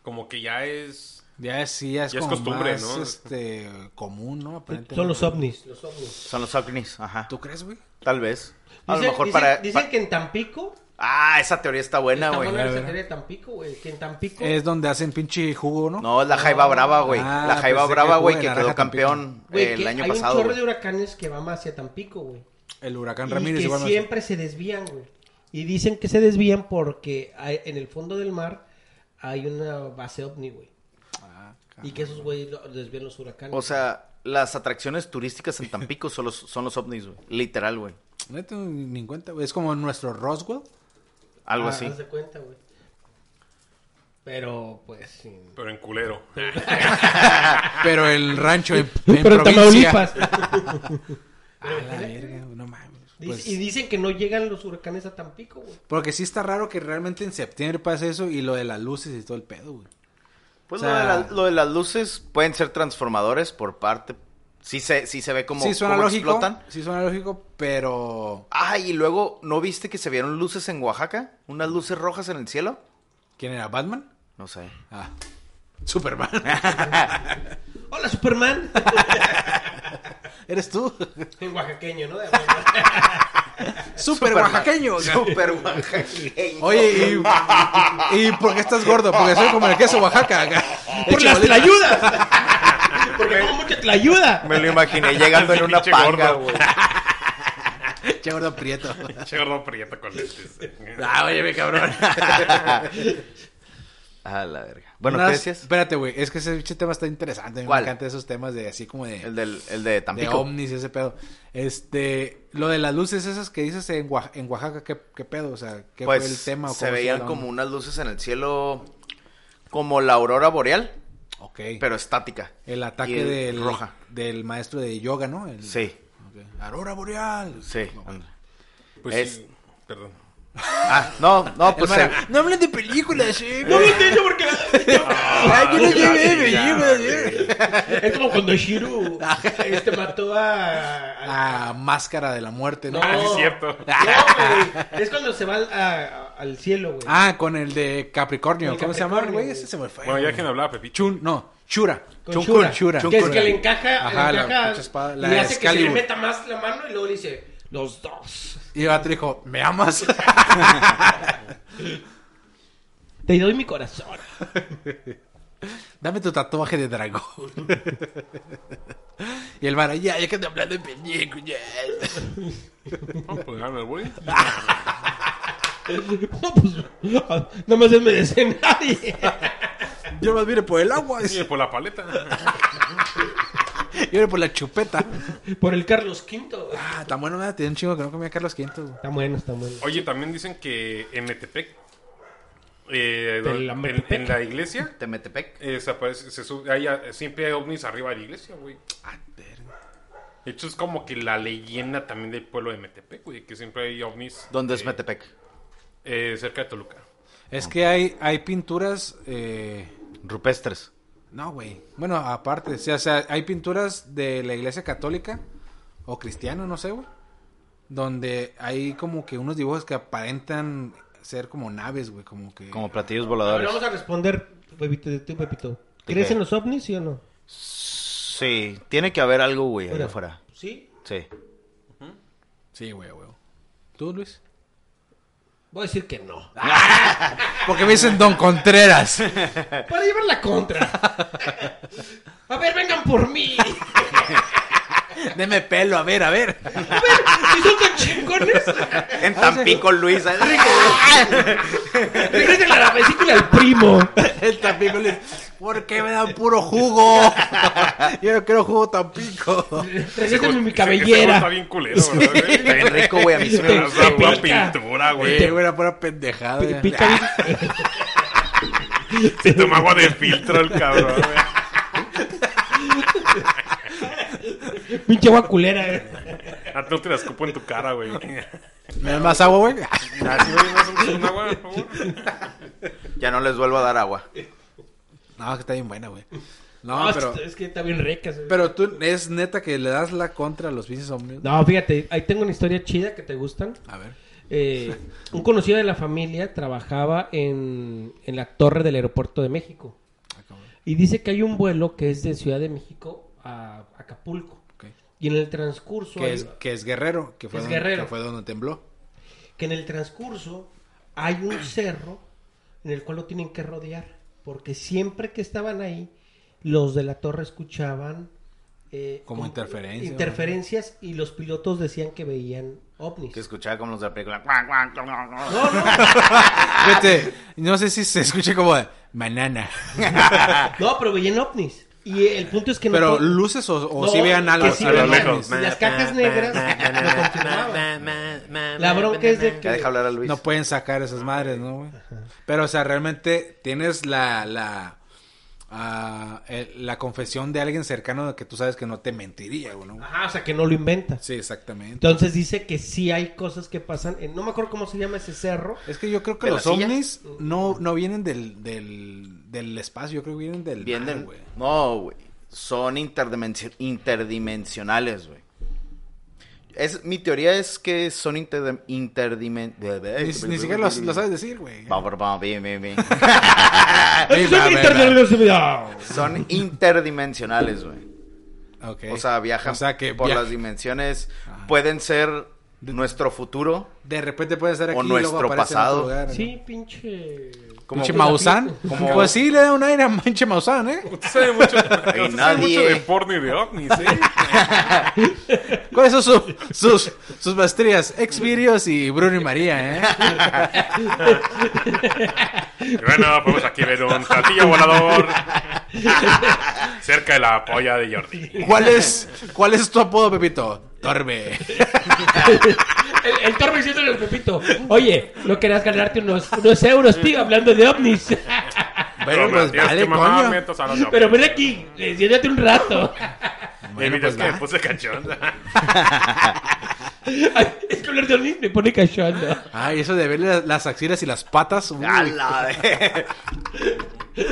Speaker 2: Como que ya es...
Speaker 4: Ya es, sí, ya es,
Speaker 2: Ya es
Speaker 4: como
Speaker 2: costumbre,
Speaker 4: más,
Speaker 2: ¿no?
Speaker 4: este, común, ¿no? Aparentemente.
Speaker 5: Son los ovnis. Los ovnis.
Speaker 3: Son los ovnis, ajá.
Speaker 4: ¿Tú crees, güey?
Speaker 3: Tal vez. A
Speaker 5: Dice-
Speaker 3: lo mejor
Speaker 5: dice-
Speaker 3: para,
Speaker 5: Dicen
Speaker 3: pa-
Speaker 5: que en Tampico.
Speaker 3: Ah, esa teoría está buena,
Speaker 5: Está
Speaker 3: güey.
Speaker 5: buena
Speaker 4: a
Speaker 5: esa
Speaker 4: ver.
Speaker 5: teoría de Tampico, güey. Que en Tampico.
Speaker 4: Es donde hacen pinche jugo, ¿no?
Speaker 3: No, es la Jaiba Brava, güey.
Speaker 4: Ah,
Speaker 3: la Jaiba
Speaker 4: pensé que
Speaker 3: Brava,
Speaker 4: jugó
Speaker 3: güey,
Speaker 4: en
Speaker 3: que
Speaker 4: la
Speaker 3: quedó
Speaker 4: Raja Tampico.
Speaker 3: campeón
Speaker 5: Güey,
Speaker 3: el
Speaker 5: que
Speaker 3: año
Speaker 5: hay
Speaker 3: pasado.
Speaker 5: un chorro
Speaker 3: güey.
Speaker 5: de huracanes que va más hacia Tampico, güey.
Speaker 4: El huracán
Speaker 5: Y
Speaker 4: Ramírez
Speaker 5: que
Speaker 4: igual. me hace-
Speaker 5: siempre se desvían, güey. Y dicen que se desvían porque hay- en el fondo del mar hay una base ovni, güey.
Speaker 4: Ah, cabrón.
Speaker 5: Y que esos güeyes lo- desvían los huracanes.
Speaker 3: O sea, las atracciones turísticas en Tampico son los, son los ovnis, güey. Literal, güey.
Speaker 4: Neta, ni en cuenta, güey. Es como nuestro Roswell.
Speaker 3: Algo
Speaker 5: Ah,
Speaker 3: así.
Speaker 5: haz de cuenta, güey. Pero, pues, sí.
Speaker 2: Pero en culero.
Speaker 4: Pero el rancho en, en
Speaker 5: Pero en
Speaker 4: provincia.
Speaker 5: Tamaulipas.
Speaker 4: A la verga, güey, no mames.
Speaker 5: Dice-
Speaker 4: Pues-
Speaker 5: Y dicen que no llegan los huracanes a Tampico, güey.
Speaker 4: Porque sí está raro que realmente en septiembre pase eso y lo de las luces y todo el pedo, güey.
Speaker 3: Pues
Speaker 4: O sea-
Speaker 3: lo, de la- lo de las luces pueden ser transformadores por parte. Sí se, sí se ve como,
Speaker 4: sí suena
Speaker 3: cómo
Speaker 4: lógico.
Speaker 3: explotan.
Speaker 4: Sí suena lógico, pero
Speaker 3: Ah, y luego, ¿no viste que se vieron luces en Oaxaca? Unas luces rojas en el cielo.
Speaker 4: ¿Quién era? ¿Batman?
Speaker 3: No sé.
Speaker 4: Ah. Superman.
Speaker 5: Hola, Superman.
Speaker 4: ¿Eres tú?
Speaker 5: En oaxaqueño, ¿no? De-
Speaker 4: Super oaxaqueño.
Speaker 3: Super oaxaqueño.
Speaker 4: Oye, ¿y, ¿y por qué estás gordo? Porque soy como el queso Oaxaca acá.
Speaker 5: Por
Speaker 4: Hecho
Speaker 5: las
Speaker 4: bolitas.
Speaker 5: tlayudas. Porque como mucho tlayuda.
Speaker 3: Me lo imaginé llegando en una
Speaker 2: Pinche
Speaker 3: panga,
Speaker 2: gordo,
Speaker 3: güey.
Speaker 4: Che gordo prieto.
Speaker 2: Che gordo prieto con lentes.
Speaker 4: Ah, oye, mi cabrón.
Speaker 3: A la verga. Bueno,
Speaker 4: Unas-
Speaker 3: ¿qué decías?
Speaker 4: Espérate, güey. Es que ese pinche tema está interesante. A mí
Speaker 3: ¿Cuál?
Speaker 4: me encantan esos temas de así como de,
Speaker 3: El, del, el de
Speaker 4: de
Speaker 3: Tampico.
Speaker 4: ovnis y ese pedo. Este, lo de las luces esas que dices en, Oax- en Oaxaca, ¿qué, qué pedo? O sea, ¿qué
Speaker 3: pues
Speaker 4: fue el tema? o
Speaker 3: se
Speaker 4: cómo
Speaker 3: veían
Speaker 4: la onda?
Speaker 3: como unas luces en el cielo, como la aurora boreal,
Speaker 4: Ok.
Speaker 3: pero estática.
Speaker 4: el
Speaker 3: y
Speaker 4: ataque
Speaker 3: el
Speaker 4: del,
Speaker 3: roja.
Speaker 4: del maestro de yoga, ¿no? El-
Speaker 3: Sí,
Speaker 4: Ok. Aurora boreal.
Speaker 3: sí.
Speaker 4: No,
Speaker 2: Pues
Speaker 3: Es-
Speaker 2: sí, perdón.
Speaker 3: Ah, no, no, pues se-
Speaker 4: Hermana, no hablen de películas, eh.
Speaker 5: No lo entiendo porque
Speaker 4: Ay, yo no llevé
Speaker 2: ya,
Speaker 4: películas, eh.
Speaker 5: es como cuando Shiru este mató a. a-
Speaker 4: La máscara de la muerte, ¿no?
Speaker 5: No.
Speaker 2: Ah, sí, es cierto.
Speaker 5: No, güey, Es cuando se va al, a- al cielo, güey.
Speaker 4: Ah, con el de Capricornio.
Speaker 5: El
Speaker 4: ¿Cómo se llama, el
Speaker 5: Capricornio,
Speaker 4: güey?
Speaker 5: güey.
Speaker 4: Ese se me fue.
Speaker 2: Bueno, ya
Speaker 4: güey.
Speaker 2: que me hablaba Pepito.
Speaker 4: Chun, no, Chura.
Speaker 5: Con
Speaker 4: Chun-
Speaker 5: Shura.
Speaker 4: Chura.
Speaker 5: Que es
Speaker 4: Chura.
Speaker 5: que le encaja,
Speaker 4: Ajá,
Speaker 5: le
Speaker 4: la
Speaker 5: encaja
Speaker 4: pinche espada,
Speaker 5: y
Speaker 4: la
Speaker 5: hace que se le
Speaker 4: Excalibur.
Speaker 5: meta más la mano y luego le dice, los dos.
Speaker 4: Y el vato dijo, ¿me amas?
Speaker 5: Te doy mi corazón.
Speaker 4: Dame tu tatuaje de dragón. y el mara, ya, ya que te hablando de películas.
Speaker 2: No, pues gana el güey.
Speaker 5: No, pues, nada más él me dice nadie.
Speaker 4: Yo más vine por el agua.
Speaker 2: Y por la paleta.
Speaker 4: Yo vine por la chupeta.
Speaker 5: Por el Carlos V.
Speaker 4: Ah, tan bueno, nada, tiene un chingo que no comía Carlos V. güey.
Speaker 5: Está bueno, está bueno.
Speaker 2: Oye, también dicen que en Metepec, eh,
Speaker 5: Del
Speaker 2: en,
Speaker 5: Metepec.
Speaker 2: en la iglesia,
Speaker 3: Temetepec.
Speaker 2: eh, se aparece- se sube- hay, ah, siempre hay ovnis arriba de la iglesia, güey.
Speaker 4: Ah, verga.
Speaker 2: De hecho, es como que la leyenda también del pueblo de Metepec, güey, que siempre hay ovnis.
Speaker 3: ¿Dónde es
Speaker 2: eh,
Speaker 3: Metepec?
Speaker 2: eh, cerca de Toluca.
Speaker 4: Es que hay, hay pinturas. Eh...
Speaker 3: Rupestres.
Speaker 4: No, güey. Bueno, aparte, o sea, o sea, hay pinturas de la iglesia católica o cristiana, no sé, güey. Donde hay como que unos dibujos que aparentan ser como naves, güey, como que...
Speaker 3: Como platillos
Speaker 5: Pero
Speaker 3: voladores.
Speaker 5: vamos a responder, Pepito, de tú, Pepito.
Speaker 3: ¿De
Speaker 5: ¿Crees
Speaker 3: qué?
Speaker 5: en los ovnis, sí o no?
Speaker 3: Sí, tiene que haber algo, güey, allá
Speaker 5: Mira.
Speaker 3: afuera.
Speaker 5: Sí.
Speaker 3: Sí.
Speaker 4: Sí, güey, güey. ¿Tú, Luis?
Speaker 5: Voy a decir que no.
Speaker 4: Ah. Porque me dicen Don Contreras.
Speaker 5: Para llevar la contra. A ver, vengan por mí.
Speaker 4: Deme pelo, a ver, a ver.
Speaker 5: A ver, si son tan chingones,
Speaker 4: Ah,
Speaker 3: En Tampico, Luis.
Speaker 5: regresen a la vesícula al primo.
Speaker 4: El Tampico le dice, ¿por qué me dan puro jugo? Yo no quiero jugo Tampico.
Speaker 5: Regresen mi
Speaker 2: Ese güey Está
Speaker 5: cabellera.
Speaker 2: bien culero, ¿verdad, güey? Está bien
Speaker 3: Bien rico, güey, a mí sí me
Speaker 5: Te-
Speaker 2: raro, una
Speaker 5: te
Speaker 2: pura
Speaker 5: pica.
Speaker 2: pintura,
Speaker 4: Güey,
Speaker 2: güey.
Speaker 4: güey, era pura pendejada.
Speaker 5: Pi-
Speaker 4: güey.
Speaker 5: Pica bien.
Speaker 2: Se toma agua de filtro el cabrón, güey.
Speaker 5: Pinche agua culera. eh.
Speaker 2: Ah, no te la escupo en tu cara, güey.
Speaker 4: ¿Me das más agua, güey?
Speaker 2: Así, güey, más un- un agua, por favor.
Speaker 3: Ya no les vuelvo a dar agua.
Speaker 4: No, que está bien buena, güey.
Speaker 5: No,
Speaker 4: No, Ah, este- pero...
Speaker 5: Es que está bien rica. sí.
Speaker 4: Pero tú, es neta que le das la contra a los pinches hombres.
Speaker 5: No, fíjate, ahí tengo una historia chida que te gustan.
Speaker 4: A ver.
Speaker 5: Eh, un conocido de la familia trabajaba en, en la torre del aeropuerto de México.
Speaker 4: Ah, cabrón.
Speaker 5: Y dice que hay un vuelo que es de Ciudad de México a Acapulco.
Speaker 4: Ok.
Speaker 5: Y en el transcurso...
Speaker 4: Que
Speaker 5: hay-
Speaker 4: es, que es guerrero, que fue,
Speaker 5: Es
Speaker 4: donde,
Speaker 5: Guerrero.
Speaker 4: que fue donde tembló.
Speaker 5: que en el transcurso hay un cerro en el cual lo tienen que rodear, porque siempre que estaban ahí, los de la torre escuchaban... eh,
Speaker 4: Como interferencia,
Speaker 5: Interferencias y los pilotos decían que veían ovnis.
Speaker 3: Que escuchaba como los de la película.
Speaker 5: No, no,
Speaker 4: Vete, no sé si se escuche como de banana.
Speaker 5: no, pero veían ovnis. Y el punto es que no...
Speaker 4: Pero
Speaker 5: po-
Speaker 4: luces o, o
Speaker 5: No,
Speaker 4: si vean algo.
Speaker 5: que sí
Speaker 4: a lo
Speaker 5: vean
Speaker 4: lejos.
Speaker 5: algo. Las cajas negras lo continuaban. La bronca es de
Speaker 3: Ya deja
Speaker 5: que...
Speaker 3: hablar a Luis.
Speaker 4: No pueden sacar esas madres, ¿no, güey? Pero, o sea, realmente tienes la, la, ah, el- la confesión de alguien cercano de que tú sabes que no te mentiría, güey, ¿no?
Speaker 5: Ajá, o sea, que no lo inventas.
Speaker 4: Sí, exactamente.
Speaker 5: Entonces dice que sí hay cosas que pasan. en- no me acuerdo cómo se llama ese cerro.
Speaker 4: Es que yo creo que
Speaker 3: ¿De
Speaker 4: los
Speaker 3: la silla?
Speaker 4: ovnis no, no vienen del, del, del espacio, yo creo que vienen del
Speaker 3: Bien
Speaker 4: mar,
Speaker 3: del-
Speaker 4: güey.
Speaker 3: No, güey. Son interdimensi- interdimensionales, güey. Es, mi teoría es que son inter, interdimensionales.
Speaker 4: Ni, ni siquiera lo, lo sabes decir, güey. Ah,
Speaker 5: ¡Eso
Speaker 4: va,
Speaker 5: es
Speaker 4: va,
Speaker 5: interdimensional!
Speaker 3: Son interdimensionales, güey.
Speaker 4: Ok.
Speaker 3: O sea, viajan
Speaker 4: O sea, que
Speaker 3: por
Speaker 4: via-
Speaker 3: las dimensiones. Pueden ser nuestro futuro.
Speaker 4: De repente puede estar aquí
Speaker 3: O
Speaker 4: y luego
Speaker 3: nuestro
Speaker 4: aparece en otro
Speaker 3: pasado.
Speaker 4: lugar, ¿no?
Speaker 5: Sí, pinche...
Speaker 3: Como
Speaker 4: Pinche Maussan.
Speaker 3: Como-
Speaker 4: Pues sí, le da un aire a Manche Maussan, ¿eh?
Speaker 2: Usted sabe mucho, usted sabe
Speaker 3: nadie.
Speaker 2: mucho de porno y de ovnis, ¿eh?
Speaker 4: ¿Cuáles son su- sus, sus maestrías? Exvirios y Bruno y María, ¿eh?
Speaker 2: Y bueno, podemos aquí ver un platillo volador cerca de la polla de Jordi.
Speaker 4: ¿Cuál es, cuál es tu apodo, Pepito? Torbe.
Speaker 5: El, el torbe diciéndole al Pepito, oye, no querás ganarte unos, unos euros, tío, hablando de ovnis.
Speaker 4: Bueno, pues
Speaker 2: Tienes
Speaker 4: vale,
Speaker 2: que mamar
Speaker 4: coño.
Speaker 2: mientras hablas de ovnis.
Speaker 5: Pero ven aquí, eh, siéntate un rato.
Speaker 2: Y mira,
Speaker 4: pues,
Speaker 2: es que
Speaker 4: va.
Speaker 2: me puse cachonda.
Speaker 5: Ay, es que hablar de ovnis me pone cachondo.
Speaker 4: Ay, eso de verle las, las axilas y las patas. uy.
Speaker 3: A la de-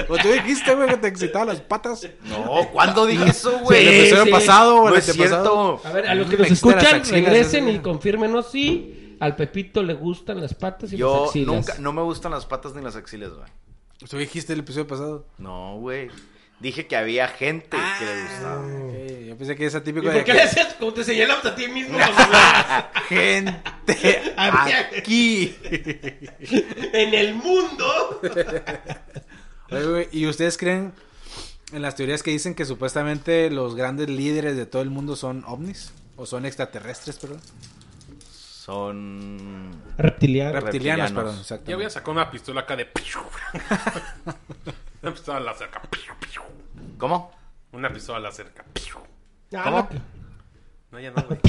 Speaker 4: ¿O tú dijiste, güey, que te excitaban las patas?
Speaker 3: No, ¿cuándo dije eso,
Speaker 4: el
Speaker 5: Sí,
Speaker 3: güey?
Speaker 4: episodio
Speaker 5: sí.
Speaker 4: pasado, o
Speaker 3: no
Speaker 4: el
Speaker 3: es
Speaker 4: antepasado.
Speaker 3: cierto.
Speaker 5: A ver, a los que
Speaker 4: Me
Speaker 5: nos
Speaker 4: excitan las
Speaker 5: escuchan,
Speaker 4: axilas,
Speaker 5: regresen
Speaker 4: es-
Speaker 5: y confírmenos si al Pepito le gustan las patas y las
Speaker 3: Yo
Speaker 5: axilas.
Speaker 3: nunca, no me gustan las patas ni las axilas, güey.
Speaker 4: Tú dijiste el episodio pasado.
Speaker 3: No, güey. Dije que había gente que le gustaba.
Speaker 4: Ah, Ok, yo pensé que es atípico
Speaker 5: ¿Y por
Speaker 4: de
Speaker 5: qué
Speaker 4: que
Speaker 5: le haces como te señalamos a ti mismo? Como-
Speaker 4: gente Ah.
Speaker 5: Había-
Speaker 4: aquí.
Speaker 5: en el mundo.
Speaker 4: Oye, güey, ¿y ustedes creen en las teorías que dicen que supuestamente los grandes líderes de todo el mundo son ovnis? ¿O son extraterrestres, perdón?
Speaker 3: Son.
Speaker 5: Reptiliano.
Speaker 4: Reptilianos,
Speaker 2: Yo voy
Speaker 3: Reptilianos.
Speaker 4: perdón,
Speaker 2: a
Speaker 4: exactamente.
Speaker 2: sacar una pistola acá de... Una pistola láser acá.
Speaker 3: ¿Cómo?
Speaker 2: Una pistola láser acá.
Speaker 3: ¿Cómo?
Speaker 2: No, ya no, güey.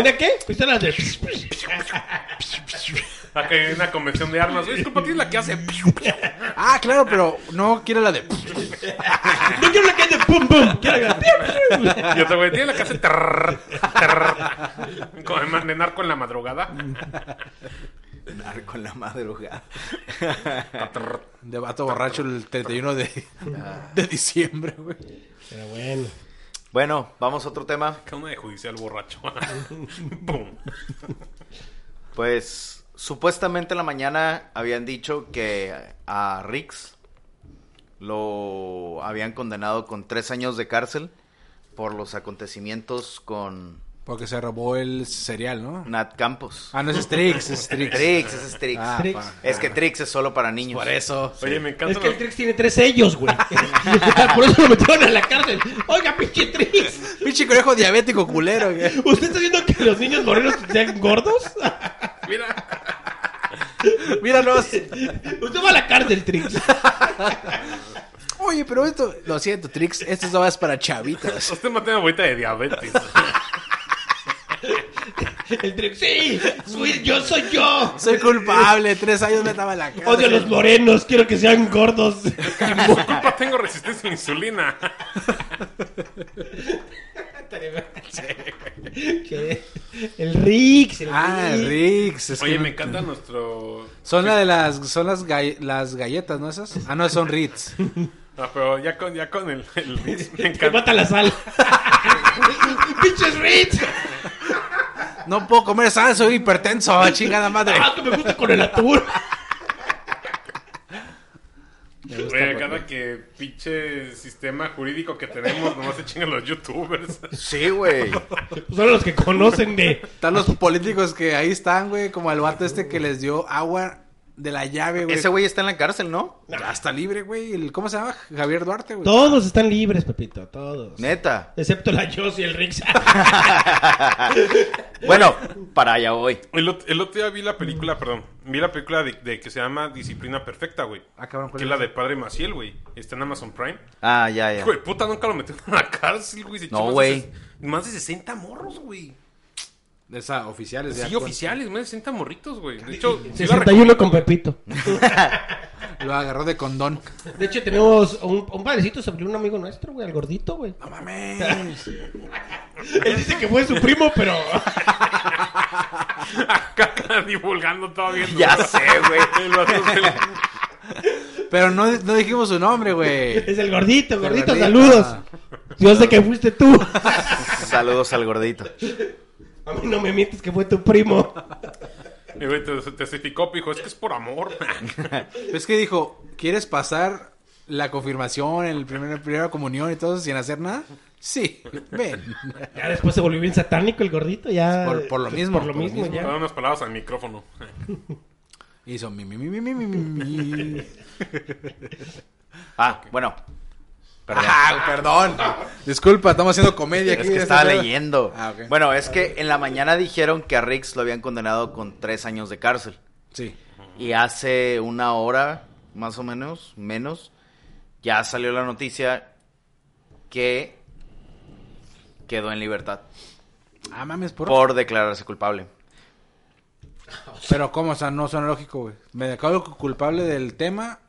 Speaker 5: ¿Una qué? Pistolas de...
Speaker 2: Acá hay una convención de armas. Oye, disculpa, tienes la que hace...
Speaker 4: Ah, claro, pero no quiero la de.
Speaker 5: No quiero la que es de pum pum. Quiero la que...
Speaker 2: Y otro güey, tiene la que hace... terrr, terrr. Como en- de narco en la madrugada.
Speaker 4: Mm.
Speaker 3: Narco en la madrugada.
Speaker 4: De vato borracho el 31 de, de diciembre, güey.
Speaker 5: Pero bueno.
Speaker 3: Bueno, vamos a otro tema.
Speaker 2: Acá una de judicial borracho. Pum.
Speaker 3: Pues supuestamente en la mañana habían dicho que a Rix lo habían condenado con tres años de cárcel por los acontecimientos con
Speaker 4: Porque se robó el cereal, ¿no?
Speaker 3: Nat Campos.
Speaker 4: Ah, no, es Strix, es Strix.
Speaker 3: Trix, ese es Trix.
Speaker 4: Ah,
Speaker 5: Strix.
Speaker 4: pa.
Speaker 3: es que Trix es solo para niños.
Speaker 4: Por eso.
Speaker 2: Oye, me encanta...
Speaker 5: Es que el
Speaker 2: los-
Speaker 5: Trix tiene tres sellos, güey. Por eso lo metieron a la cárcel. Oiga, pinche Trix.
Speaker 4: Pinche conejo diabético culero, güey.
Speaker 5: ¿Usted está viendo que los niños morenos sean gordos?
Speaker 2: Mira,
Speaker 4: Míralos.
Speaker 5: Usted va a la cárcel, Trix.
Speaker 4: Oye, pero esto. Lo siento, Trix. Esto no es para chavitas.
Speaker 2: usted mantiene una bolita de diabetes.
Speaker 5: El Trix, sí. Soy, yo soy yo.
Speaker 4: Soy culpable. Tres años me estaba en la cara.
Speaker 5: Odio a los morenos. Quiero que sean gordos.
Speaker 2: Por culpa tengo resistencia a la insulina.
Speaker 5: Que- El Rix. El
Speaker 4: Ah, Rix. es
Speaker 2: Oye,
Speaker 4: que-
Speaker 2: me encanta nuestro...
Speaker 4: Son la de las. Son las, gall- las galletas, ¿no esas? Ah, no, son Ritz.
Speaker 2: Ah, pero ya con, ya con el, el Ritz, me
Speaker 5: Te
Speaker 2: encanta.
Speaker 5: mata la sal. ¡Pinches Ritz!
Speaker 4: No puedo comer sal, soy hipertenso, chingada madre.
Speaker 5: ¡Ah, que me gusta con el atún!
Speaker 2: Güey, me encanta que pinche sistema jurídico que tenemos nomás se chingan los youtubers.
Speaker 3: Sí, güey.
Speaker 5: Son los que conocen de.
Speaker 4: Están los políticos que ahí están, güey, como el vato este que les dio agua de la llave, güey.
Speaker 3: Ese güey está en la cárcel, ¿no?
Speaker 4: Ya está libre, güey. El- ¿Cómo se llama? Javier Duarte, güey.
Speaker 5: Todos están libres, Pepito, todos.
Speaker 3: Neta.
Speaker 5: Excepto la Jos y el Rix.
Speaker 3: Bueno, para allá voy.
Speaker 2: El, ot- el otro día vi la película, perdón, vi la película de, de que se llama Disciplina Perfecta, güey.
Speaker 4: Ah, cabrón, ¿cuál
Speaker 2: Que es
Speaker 4: es?
Speaker 2: la de Padre Maciel, güey. Está en Amazon Prime.
Speaker 3: Ah, ya, ya.
Speaker 2: Güey, puta, nunca lo metieron a la cárcel, güey. Se
Speaker 3: No,
Speaker 2: echó más de
Speaker 3: güey.
Speaker 2: ses- Más de 60 morros, güey.
Speaker 4: De esa, oficiales. de
Speaker 2: Sí,
Speaker 4: acuerdo.
Speaker 2: oficiales, más de 60 morritos, güey. De hecho, sí la
Speaker 5: 61 con Pepito.
Speaker 4: Lo agarró de condón.
Speaker 5: De hecho, tenemos un, un padrecito sobre un amigo nuestro, güey, al gordito, güey.
Speaker 4: No mames.
Speaker 5: Él dice que fue su primo, pero.
Speaker 2: Acá divulgando todavía. ¿no?
Speaker 3: Ya sé, güey.
Speaker 2: El vato se le-
Speaker 4: Pero no, no dijimos su nombre, güey.
Speaker 5: Es el gordito, gordito,
Speaker 4: gordito.
Speaker 5: saludos. Yo sé que fuiste tú.
Speaker 3: Saludos al gordito.
Speaker 5: A mí y no me mientes que fue tu primo.
Speaker 2: Y güey, te, te certificó, pijo, es que es por amor.
Speaker 4: Es que dijo, ¿quieres pasar la confirmación, el primer, primera comunión y todo sin hacer nada? Sí, ven.
Speaker 5: Ya después se volvió bien satánico el gordito, ya.
Speaker 4: Por- por lo mismo,
Speaker 5: Por lo
Speaker 4: por lo
Speaker 5: mismo,
Speaker 4: mismo.
Speaker 5: ya.
Speaker 2: Dame unas palabras al micrófono.
Speaker 4: Y hizo mi, mi, mi, mi, mi, mi, mi, mi.
Speaker 3: Ah, bueno. Perdón.
Speaker 4: Ah, perdón. Disculpa, estamos haciendo comedia
Speaker 3: Es
Speaker 4: aquí. este
Speaker 3: que
Speaker 4: de
Speaker 3: estaba
Speaker 4: esa manera.
Speaker 3: leyendo.
Speaker 4: Ah, ok.
Speaker 3: Bueno, es que en la mañana dijeron que a Riggs lo habían condenado con tres años de cárcel.
Speaker 4: Sí.
Speaker 3: Y hace una hora, más o menos, menos, ya salió la noticia que quedó en libertad
Speaker 4: Ah, mames, por...
Speaker 3: por declararse culpable.
Speaker 4: Pero cómo, o sea, no suena lógico, güey. Me declaro culpable del tema.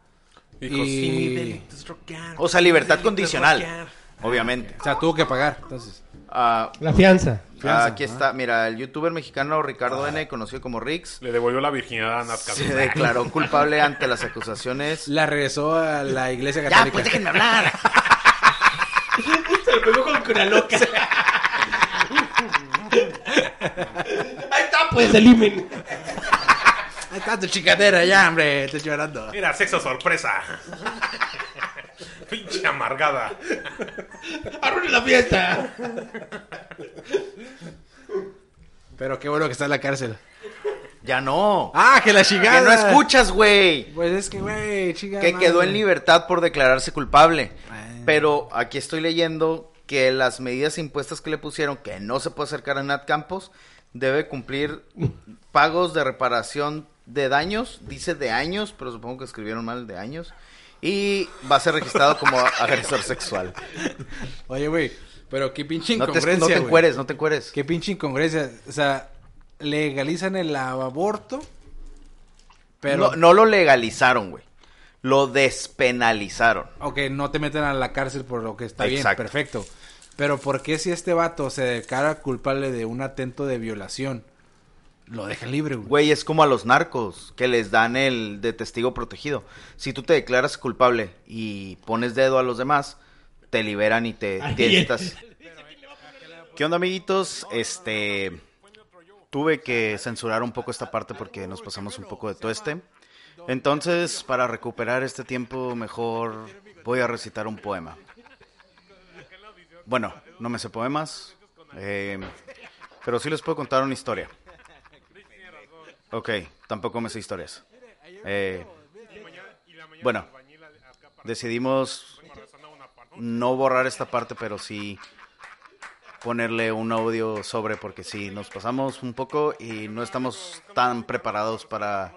Speaker 2: Dijo,
Speaker 4: Y-
Speaker 2: sí, mi delito es rockear,
Speaker 3: O sea,
Speaker 2: mi delito
Speaker 3: libertad
Speaker 2: es
Speaker 3: condicional,
Speaker 2: rockear".
Speaker 3: Ah, obviamente.
Speaker 4: O sea, tuvo que pagar, entonces.
Speaker 3: Ah,
Speaker 5: La fianza.
Speaker 4: Fianza,
Speaker 3: aquí
Speaker 4: ajá.
Speaker 3: está, mira, el youtuber mexicano Ricardo N, conocido como Riggs,
Speaker 2: Le devolvió la virginidad a Nazca.
Speaker 3: se declaró culpable ante las acusaciones.
Speaker 4: La regresó a la iglesia católica.
Speaker 3: Ya, pues déjenme hablar.
Speaker 5: Se lo pegó con una loca. Ahí está, pues, el imen.
Speaker 4: Ahí está tu chicadera ya, hombre. Estoy llorando.
Speaker 2: Mira, sexo sorpresa. Pinche amargada.
Speaker 5: Arruine la fiesta.
Speaker 4: Pero qué bueno que está en la cárcel.
Speaker 3: Ya no.
Speaker 4: Ah, que la chingada.
Speaker 3: Que no escuchas, güey.
Speaker 4: Pues es que, güey, chica.
Speaker 3: que
Speaker 4: madre.
Speaker 3: quedó en libertad por declararse culpable.
Speaker 4: Bueno.
Speaker 3: Pero aquí estoy leyendo que las medidas impuestas que le pusieron, que no se puede acercar a Nat Campos, debe cumplir pagos de reparación de daños, dice de años, pero supongo que escribieron mal de años, y va a ser registrado como agresor sexual.
Speaker 4: Oye, güey, pero qué pinche
Speaker 3: No te,
Speaker 4: incongruencia.
Speaker 3: no te
Speaker 4: güey.
Speaker 3: encueres, no te encueres.
Speaker 4: Qué pinche incongruencia. O sea, legalizan el aborto, pero.
Speaker 3: No, no lo legalizaron, güey. Lo despenalizaron.
Speaker 4: Ok, no te meten a la cárcel por lo que está
Speaker 3: Exacto.
Speaker 4: bien, perfecto. Pero ¿por qué si este vato se declara culpable de un atento de violación, lo dejan libre, güey?
Speaker 3: Güey, es como a los narcos que les dan el de testigo protegido. Si tú te declaras culpable y pones dedo a los demás, te liberan y te
Speaker 5: Ay,
Speaker 3: te
Speaker 5: bien.
Speaker 3: estás- ¿Qué onda, amiguitos? Este tuve que censurar un poco esta parte porque nos pasamos un poco de tueste. Entonces, para recuperar este tiempo mejor, voy a recitar un poema. Bueno, no me sé poemas, eh, pero sí les puedo contar una historia. Ok, tampoco me sé historias. Eh, bueno, decidimos no borrar esta parte, pero sí ponerle un audio sobre porque sí nos pasamos un poco y no estamos tan preparados para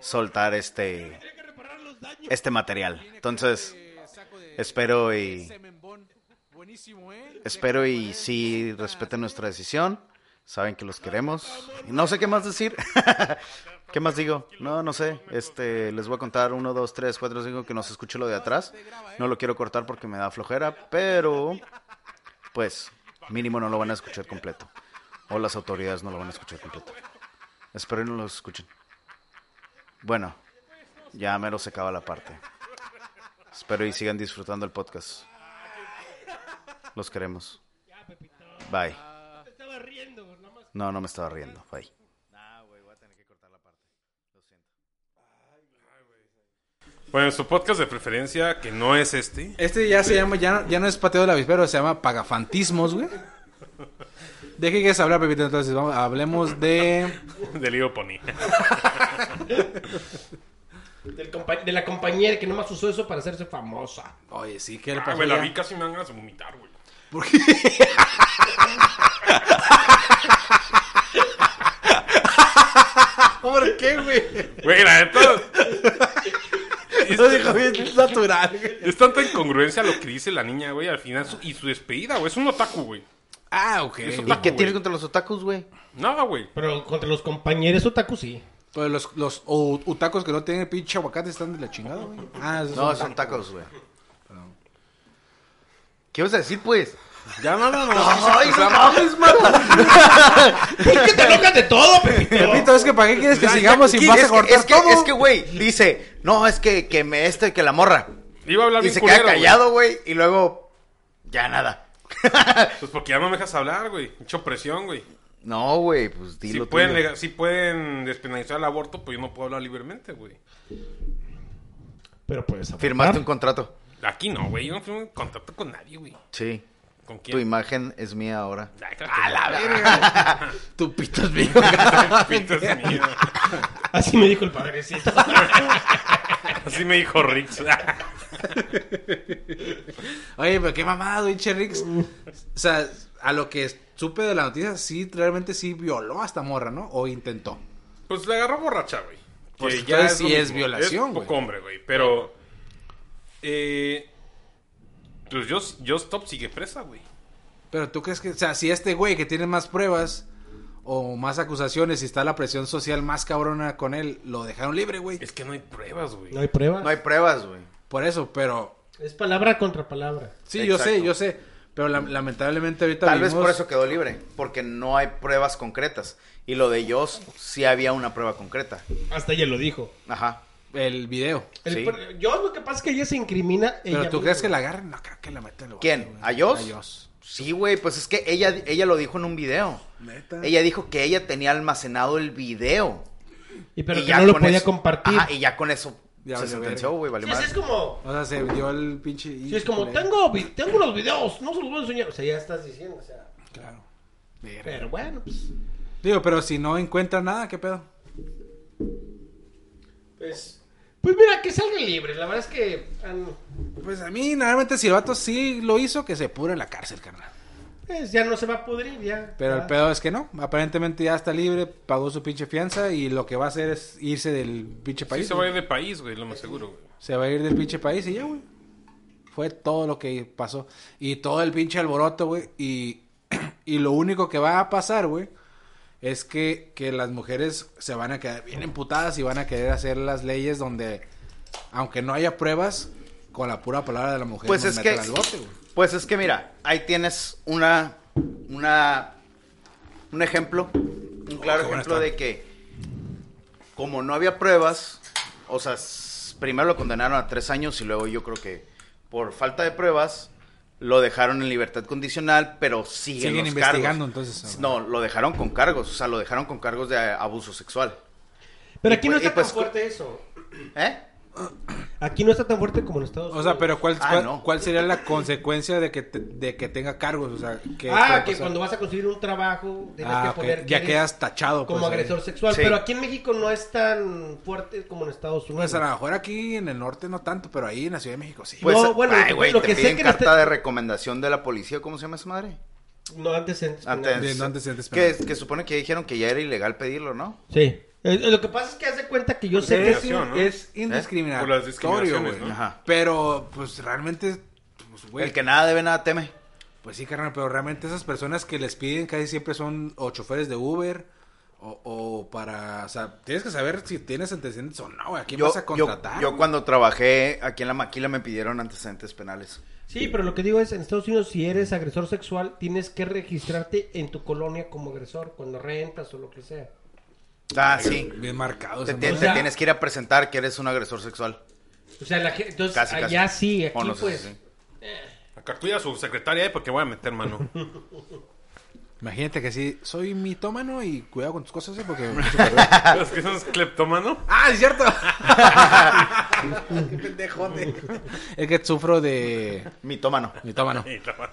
Speaker 3: soltar este este material. Entonces, espero y
Speaker 2: ¿eh?
Speaker 3: espero y sí respeten nuestra decisión. Saben que los queremos. Y no sé qué más decir. ¿Qué más digo? No, no sé. Este, les voy a contar uno, dos, tres, cuatro, cinco que no se escuche lo de atrás. No lo quiero cortar porque me da flojera, pero pues mínimo no lo van a escuchar completo. O las autoridades no lo van a escuchar completo. Espero que no lo escuchen. Bueno, ya mero se acaba la parte. Espero y sigan disfrutando el podcast. Los queremos. Bye.
Speaker 5: Estaba riendo, nada más.
Speaker 3: No, no me estaba riendo. Bye.
Speaker 2: Bueno, su podcast de preferencia, que no es este.
Speaker 4: Este ya se llama, ya, no- ya no es pateo del avispero, se llama pagafantismos, güey. ¿De qué quieres hablar, Pepito? Entonces, vamos, hablemos de...
Speaker 2: Del lío Pony.
Speaker 5: Del compa- de la compañera que nomás usó eso para hacerse famosa.
Speaker 4: Oye, sí, ¿qué le
Speaker 2: Ah,
Speaker 4: pasó?
Speaker 2: güey, la
Speaker 4: ya?
Speaker 2: vi casi me dan ganas de vomitar, güey.
Speaker 4: ¿Por qué, güey?
Speaker 2: Güey, la neta. es-
Speaker 4: Lo dijo bien natural, güey.
Speaker 2: Es tanta incongruencia lo que dice la niña, güey, al final. su- y su despedida, güey. Es un otaku, güey.
Speaker 4: Ah, ok.
Speaker 2: Eso
Speaker 4: güey.
Speaker 3: Eh, ¿Y qué
Speaker 2: güey.
Speaker 3: tienes contra los otakus, güey?
Speaker 2: Nada, güey.
Speaker 5: Pero contra los compañeros otaku sí.
Speaker 4: Pues los, los u- utacos que no tienen pinche aguacate están de la chingada, güey. Ah, esos
Speaker 3: No,
Speaker 4: son-
Speaker 3: son tacos, güey. ¿Qué vas a decir, pues?
Speaker 4: Ya no, no, no.
Speaker 3: ¡Ay, no mames, mano!
Speaker 5: ¿Por qué te enojas de todo, Pepito?
Speaker 4: Pepito, es que ¿para qué quieres que sigamos si vas
Speaker 3: Es
Speaker 4: a
Speaker 3: que-
Speaker 4: cortar
Speaker 3: es que,
Speaker 4: todo?
Speaker 3: Es que, güey, dice, no, es que, que me este, que la morra.
Speaker 2: Iba a hablar
Speaker 3: Y
Speaker 2: bien
Speaker 3: se queda
Speaker 2: culero, güey.
Speaker 3: callado, güey, y luego, ya nada.
Speaker 2: Pues porque ya no me dejas hablar, güey. Mucha presión, güey.
Speaker 3: No, güey, pues dilo.
Speaker 2: Si
Speaker 3: tuyo.
Speaker 2: pueden, lega- si pueden despenalizar el aborto, pues yo no puedo hablar libremente, güey.
Speaker 6: Pero
Speaker 5: pues,
Speaker 6: puedes abortar.
Speaker 3: Firmaste un contrato.
Speaker 2: Aquí no, güey. Yo no firmo contrato con nadie, güey.
Speaker 3: Sí.
Speaker 2: ¿Con
Speaker 3: Tu
Speaker 2: quién?
Speaker 3: imagen es mía ahora.
Speaker 2: Ay, claro que no.
Speaker 3: Tu pito es mío.
Speaker 2: Pitas mío.
Speaker 5: Así me dijo el padrecito.
Speaker 2: Así me dijo Rix.
Speaker 4: Oye, pero qué mamada, güey, Cherrix. O sea, a lo que supe de la noticia, sí, realmente sí violó a esta morra, ¿no? O intentó.
Speaker 2: Pues la agarró borracha, güey.
Speaker 4: Pues
Speaker 2: Que
Speaker 4: entonces
Speaker 2: lo
Speaker 4: sí es
Speaker 2: mismo.
Speaker 4: violación,
Speaker 2: Es
Speaker 4: güey.
Speaker 2: poco hombre, güey. Pero. Eh, pues yo, yo Stop sigue presa, güey.
Speaker 4: Pero tú crees que, o sea, si este güey que tiene más pruebas o más acusaciones y está la presión social más cabrona con él, lo dejaron libre, güey.
Speaker 2: Es que no hay pruebas, güey.
Speaker 6: No hay pruebas.
Speaker 3: No hay pruebas, güey.
Speaker 4: Por eso, pero...
Speaker 5: es palabra contra palabra.
Speaker 4: Sí, yo sé,
Speaker 3: Exacto.
Speaker 4: yo sé. Pero la- lamentablemente ahorita
Speaker 3: Tal vez
Speaker 4: vivimos-
Speaker 3: por eso quedó libre, porque no hay pruebas concretas. Y lo de ellos sí había una prueba concreta.
Speaker 6: Hasta ella lo dijo.
Speaker 3: Ajá.
Speaker 4: El video.
Speaker 5: El
Speaker 3: Sí.
Speaker 5: pr- Yo lo que pasa es que ella se incrimina.
Speaker 4: Pero
Speaker 5: ella
Speaker 4: tú
Speaker 5: misma.
Speaker 4: crees que la agarren, no creo que la metan. al
Speaker 3: ¿Quién?
Speaker 4: bote, güey.
Speaker 3: ¿A Joss?
Speaker 4: A Joss.
Speaker 3: Sí, güey, pues es que ella, ella lo dijo en un video.
Speaker 4: Neta.
Speaker 3: Ella dijo que ella tenía almacenado el video.
Speaker 5: Y pero
Speaker 3: Y
Speaker 5: que
Speaker 3: ya
Speaker 5: no lo
Speaker 3: con
Speaker 5: podía
Speaker 3: eso-
Speaker 5: compartir.
Speaker 3: Ajá, y ya con eso
Speaker 4: Ya
Speaker 3: se
Speaker 4: valió
Speaker 3: sentenció,
Speaker 4: verga.
Speaker 3: güey, vale
Speaker 5: Sí, así
Speaker 3: madre.
Speaker 5: es como.
Speaker 4: O sea, se dio el pinche...
Speaker 5: Sí, es como, tengo, vi- tengo los videos, no se los voy a enseñar. O sea, ya estás diciendo, o sea.
Speaker 4: Claro.
Speaker 5: Pero bueno, pues.
Speaker 4: Digo, pero si no encuentra nada, ¿qué pedo?
Speaker 5: Pues, pues mira, que salga libre. La verdad es que. han-
Speaker 4: Pues a mí, normalmente, si el vato sí lo hizo, que se pudre en la cárcel, carnal.
Speaker 5: pues, ya no se va a pudrir, ya.
Speaker 4: Pero
Speaker 5: Ya.
Speaker 4: el pedo es que no. Aparentemente ya está libre, pagó su pinche fianza y lo que va a hacer es irse del pinche
Speaker 2: Sí
Speaker 4: país.
Speaker 2: se va a
Speaker 4: güey.
Speaker 2: ir de país, güey, lo más seguro, güey.
Speaker 4: Se va a ir del pinche país y ya, güey. Fue todo lo que pasó. Y todo el pinche alboroto, güey. Y, y lo único que va a pasar, güey, es que, que las mujeres se van a quedar bien emputadas y van a querer hacer las leyes donde, aunque no haya pruebas, con la pura palabra de la mujer
Speaker 3: Pues
Speaker 4: nos
Speaker 3: es que,
Speaker 4: meten al bote, güey.
Speaker 3: pues es que mira, ahí tienes una, una, un ejemplo, un claro
Speaker 4: Oh, buena
Speaker 3: ejemplo
Speaker 4: está.
Speaker 3: de que como no había pruebas, o sea, s- primero lo condenaron a tres años y luego yo creo que por falta de pruebas lo dejaron en libertad condicional, pero siguen,
Speaker 4: Siguen
Speaker 3: los
Speaker 4: investigando,
Speaker 3: cargos.
Speaker 4: entonces,
Speaker 3: No, lo dejaron con cargos, o sea, lo dejaron con cargos de eh, abuso sexual,
Speaker 5: Pero
Speaker 3: y
Speaker 5: aquí
Speaker 3: pues-
Speaker 5: no
Speaker 3: y
Speaker 5: está
Speaker 3: pues-
Speaker 5: tan fuerte eso.
Speaker 3: ¿eh?
Speaker 5: Aquí no está tan fuerte como en Estados
Speaker 4: O sea, pero ¿cuál,
Speaker 3: Ah,
Speaker 4: cuál,
Speaker 3: no.
Speaker 4: cuál sería la consecuencia de que, te- de que tenga cargos? O sea, ¿qué puede
Speaker 5: Ah, que
Speaker 4: pasar?
Speaker 5: cuando vas a conseguir un trabajo, tienes
Speaker 4: Ah,
Speaker 5: que
Speaker 4: ok.
Speaker 5: poner. que
Speaker 4: Ya
Speaker 5: eres
Speaker 4: quedas tachado.
Speaker 5: Como
Speaker 4: pues, ahí.
Speaker 5: agresor sexual.
Speaker 3: Sí.
Speaker 5: Pero aquí en México no es tan fuerte como en Estados Unidos.
Speaker 4: Pues a lo mejor aquí en el norte no tanto, pero ahí en la Ciudad de México sí.
Speaker 3: Pues,
Speaker 5: No, bueno,
Speaker 3: ay, güey,
Speaker 5: lo
Speaker 3: te
Speaker 5: que sé
Speaker 3: piden
Speaker 5: que en
Speaker 3: carta
Speaker 5: este-
Speaker 3: de recomendación de la policía, ¿cómo se llama esa madre?
Speaker 5: No antecedentes.
Speaker 3: Antes,
Speaker 4: De no antecedentes
Speaker 3: que, que supone que dijeron que ya era ilegal pedirlo, ¿no?
Speaker 5: Sí. Eh, eh, Lo que pasa es que hace cuenta que yo sé que
Speaker 4: es,
Speaker 5: sí.
Speaker 2: Discriminación, ¿no?
Speaker 4: es
Speaker 2: Por las
Speaker 4: indiscriminatorio,
Speaker 2: discriminaciones,
Speaker 4: güey.
Speaker 2: ¿no?
Speaker 3: Ajá.
Speaker 4: Pero, pues realmente, pues, güey,
Speaker 3: El que nada debe, nada teme.
Speaker 4: pues sí, carnal, pero realmente esas personas que les piden casi siempre son o choferes de Uber o, o para, o sea, tienes que saber si tienes antecedentes o no, güey. ¿A quién vas a contratar?
Speaker 3: yo
Speaker 4: güey?
Speaker 3: cuando trabajé aquí en la maquila me pidieron antecedentes penales.
Speaker 5: Sí, pero lo que digo es, en Estados Unidos, si eres agresor sexual, tienes que registrarte en tu colonia como agresor, cuando rentas o lo que sea.
Speaker 3: Ah, sí.
Speaker 4: Bien marcado.
Speaker 3: Te,
Speaker 4: esa
Speaker 3: te-
Speaker 5: O
Speaker 4: madre.
Speaker 3: te
Speaker 5: sea-
Speaker 3: tienes que ir a presentar que eres un agresor sexual.
Speaker 5: O sea, la gente, entonces
Speaker 3: Casi, casi.
Speaker 5: allá sí, aquí
Speaker 3: O no sé
Speaker 5: pues.
Speaker 3: si sí.
Speaker 2: Acá cuida a su secretaria, eh, porque voy a meter mano.
Speaker 4: Imagínate que sí, soy mitómano y cuidado con tus cosas, ¿eh? porque...
Speaker 2: ¿Los que son cleptómano?
Speaker 4: ¡Ah, es cierto! ¡Qué pendejote! Es que sufro de
Speaker 3: Mitómano.
Speaker 4: mitómano.
Speaker 2: Sí, claro.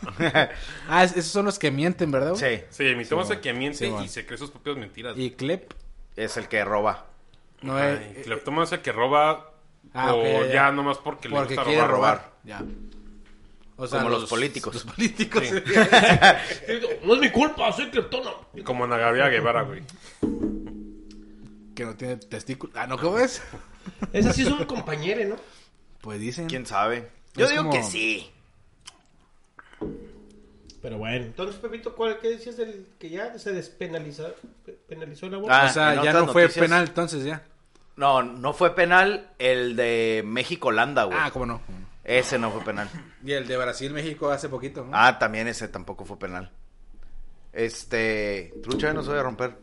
Speaker 4: Ah, es- esos son los que mienten, ¿verdad? güey?
Speaker 3: Sí,
Speaker 2: Sí, mi toma es el que
Speaker 4: Sí,
Speaker 2: miente
Speaker 4: bueno.
Speaker 2: y se cree sus propias mentiras.
Speaker 4: Y Clep,
Speaker 3: es el que roba.
Speaker 4: no
Speaker 2: Ay,
Speaker 4: es...
Speaker 2: cleptómano es el que roba
Speaker 4: Ah,
Speaker 2: o
Speaker 4: ok, ya, ya.
Speaker 2: ya, nomás porque,
Speaker 4: porque
Speaker 2: le gusta
Speaker 4: quiere
Speaker 2: robar.
Speaker 4: robar. Ya. O
Speaker 3: Como los políticos.
Speaker 4: Los políticos.
Speaker 2: Sí.
Speaker 5: Eh, No es mi culpa, soy criptona.
Speaker 2: Y Como Nagavia Guevara, güey.
Speaker 4: que no tiene testículos. Ah, ¿no? ¿Cómo es?
Speaker 5: Ese sí es un compañero, ¿no?
Speaker 4: Pues dicen...
Speaker 3: ¿Quién sabe? Yo
Speaker 4: Es
Speaker 3: digo
Speaker 4: como-
Speaker 3: que sí.
Speaker 5: Pero bueno. Entonces, Pepito, ¿cuál, ¿qué decías del que ya se despenalizó penalizó el aborto?
Speaker 3: Ah,
Speaker 4: o sea,
Speaker 3: en
Speaker 4: ya
Speaker 3: otras
Speaker 4: no fue
Speaker 3: noticias-
Speaker 4: penal entonces ya.
Speaker 3: No, no fue penal el de México-Holanda, güey.
Speaker 4: Ah, cómo no. cómo no.
Speaker 3: Ese no fue penal.
Speaker 4: Y el de Brasil, México hace poquito, ¿no?
Speaker 3: Ah, también ese tampoco fue penal. Este. Trucha, no se voy a romper.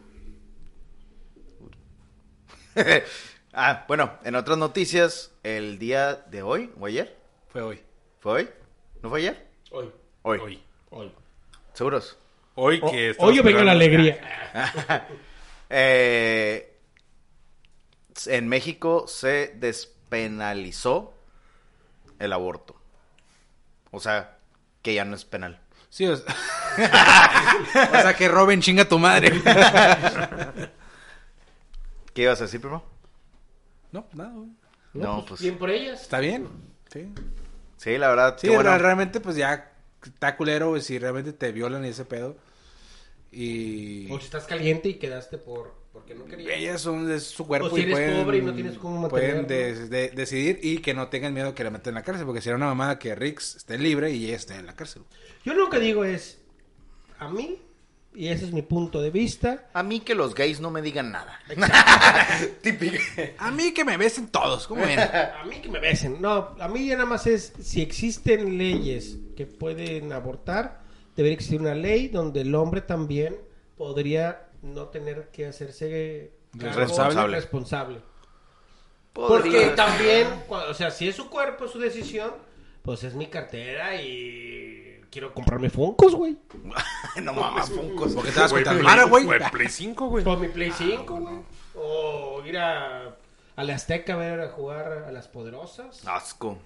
Speaker 3: ah, bueno, en otras noticias, el día de hoy, o ayer,
Speaker 4: Fue hoy.
Speaker 3: ¿fue hoy? ¿No fue ayer?
Speaker 5: Hoy.
Speaker 3: Hoy.
Speaker 2: Hoy.
Speaker 5: Hoy.
Speaker 3: ¿Seguros?
Speaker 2: Hoy que estaba
Speaker 6: Hoy yo vengo la
Speaker 2: esperando-
Speaker 6: alegría.
Speaker 3: Eh, en México se despenalizó el aborto. O sea, que ya no es penal.
Speaker 4: Sí, o sea, o sea que Robin chinga tu madre.
Speaker 3: ¿Qué ibas a decir, primo?
Speaker 4: No, nada. güey.
Speaker 3: No,
Speaker 5: No, pues,
Speaker 3: pues-
Speaker 5: bien por ellas.
Speaker 4: Está bien. Sí,
Speaker 3: Sí, la verdad.
Speaker 4: sí
Speaker 3: qué bueno.
Speaker 4: ra- realmente pues ya está culero güey, si realmente te violan y ese pedo. Y
Speaker 5: O si estás caliente y quedaste por porque no querías.
Speaker 4: ellas son es su cuerpo
Speaker 5: O si eres
Speaker 4: y pueden,
Speaker 5: pobre y no tienes cómo
Speaker 4: pueden
Speaker 5: mantenerlo.
Speaker 4: des- de- decidir y que no tengan miedo que la metan en la cárcel porque sería una mamada que Rix esté libre y ella esté en la cárcel.
Speaker 5: Yo lo que digo es a mí y ese es mi punto de vista.
Speaker 3: A mí que los gays no me digan nada. Típico.
Speaker 4: A mí que me besen todos, ¿cómo ven?
Speaker 5: A mí que me besen. No, a mí ya nada más es si existen leyes que pueden abortar, debería existir una ley donde el hombre también podría no tener que hacerse cargo-
Speaker 3: Responsable.
Speaker 5: responsable. Porque
Speaker 3: Podría-
Speaker 5: también, cua- o sea, si es su cuerpo, es su decisión, pues es mi cartera y quiero comprarme Funkos, güey.
Speaker 3: no mames, Funkos.
Speaker 4: Porque te vas
Speaker 2: Güey,
Speaker 4: con tu
Speaker 2: Play-
Speaker 4: hermana, güey.
Speaker 2: güey, Play 5, güey.
Speaker 5: O mi Play 5, güey. O ir a, a la Azteca a ver a jugar a las
Speaker 3: Ah,
Speaker 5: poderosas.
Speaker 3: Asco.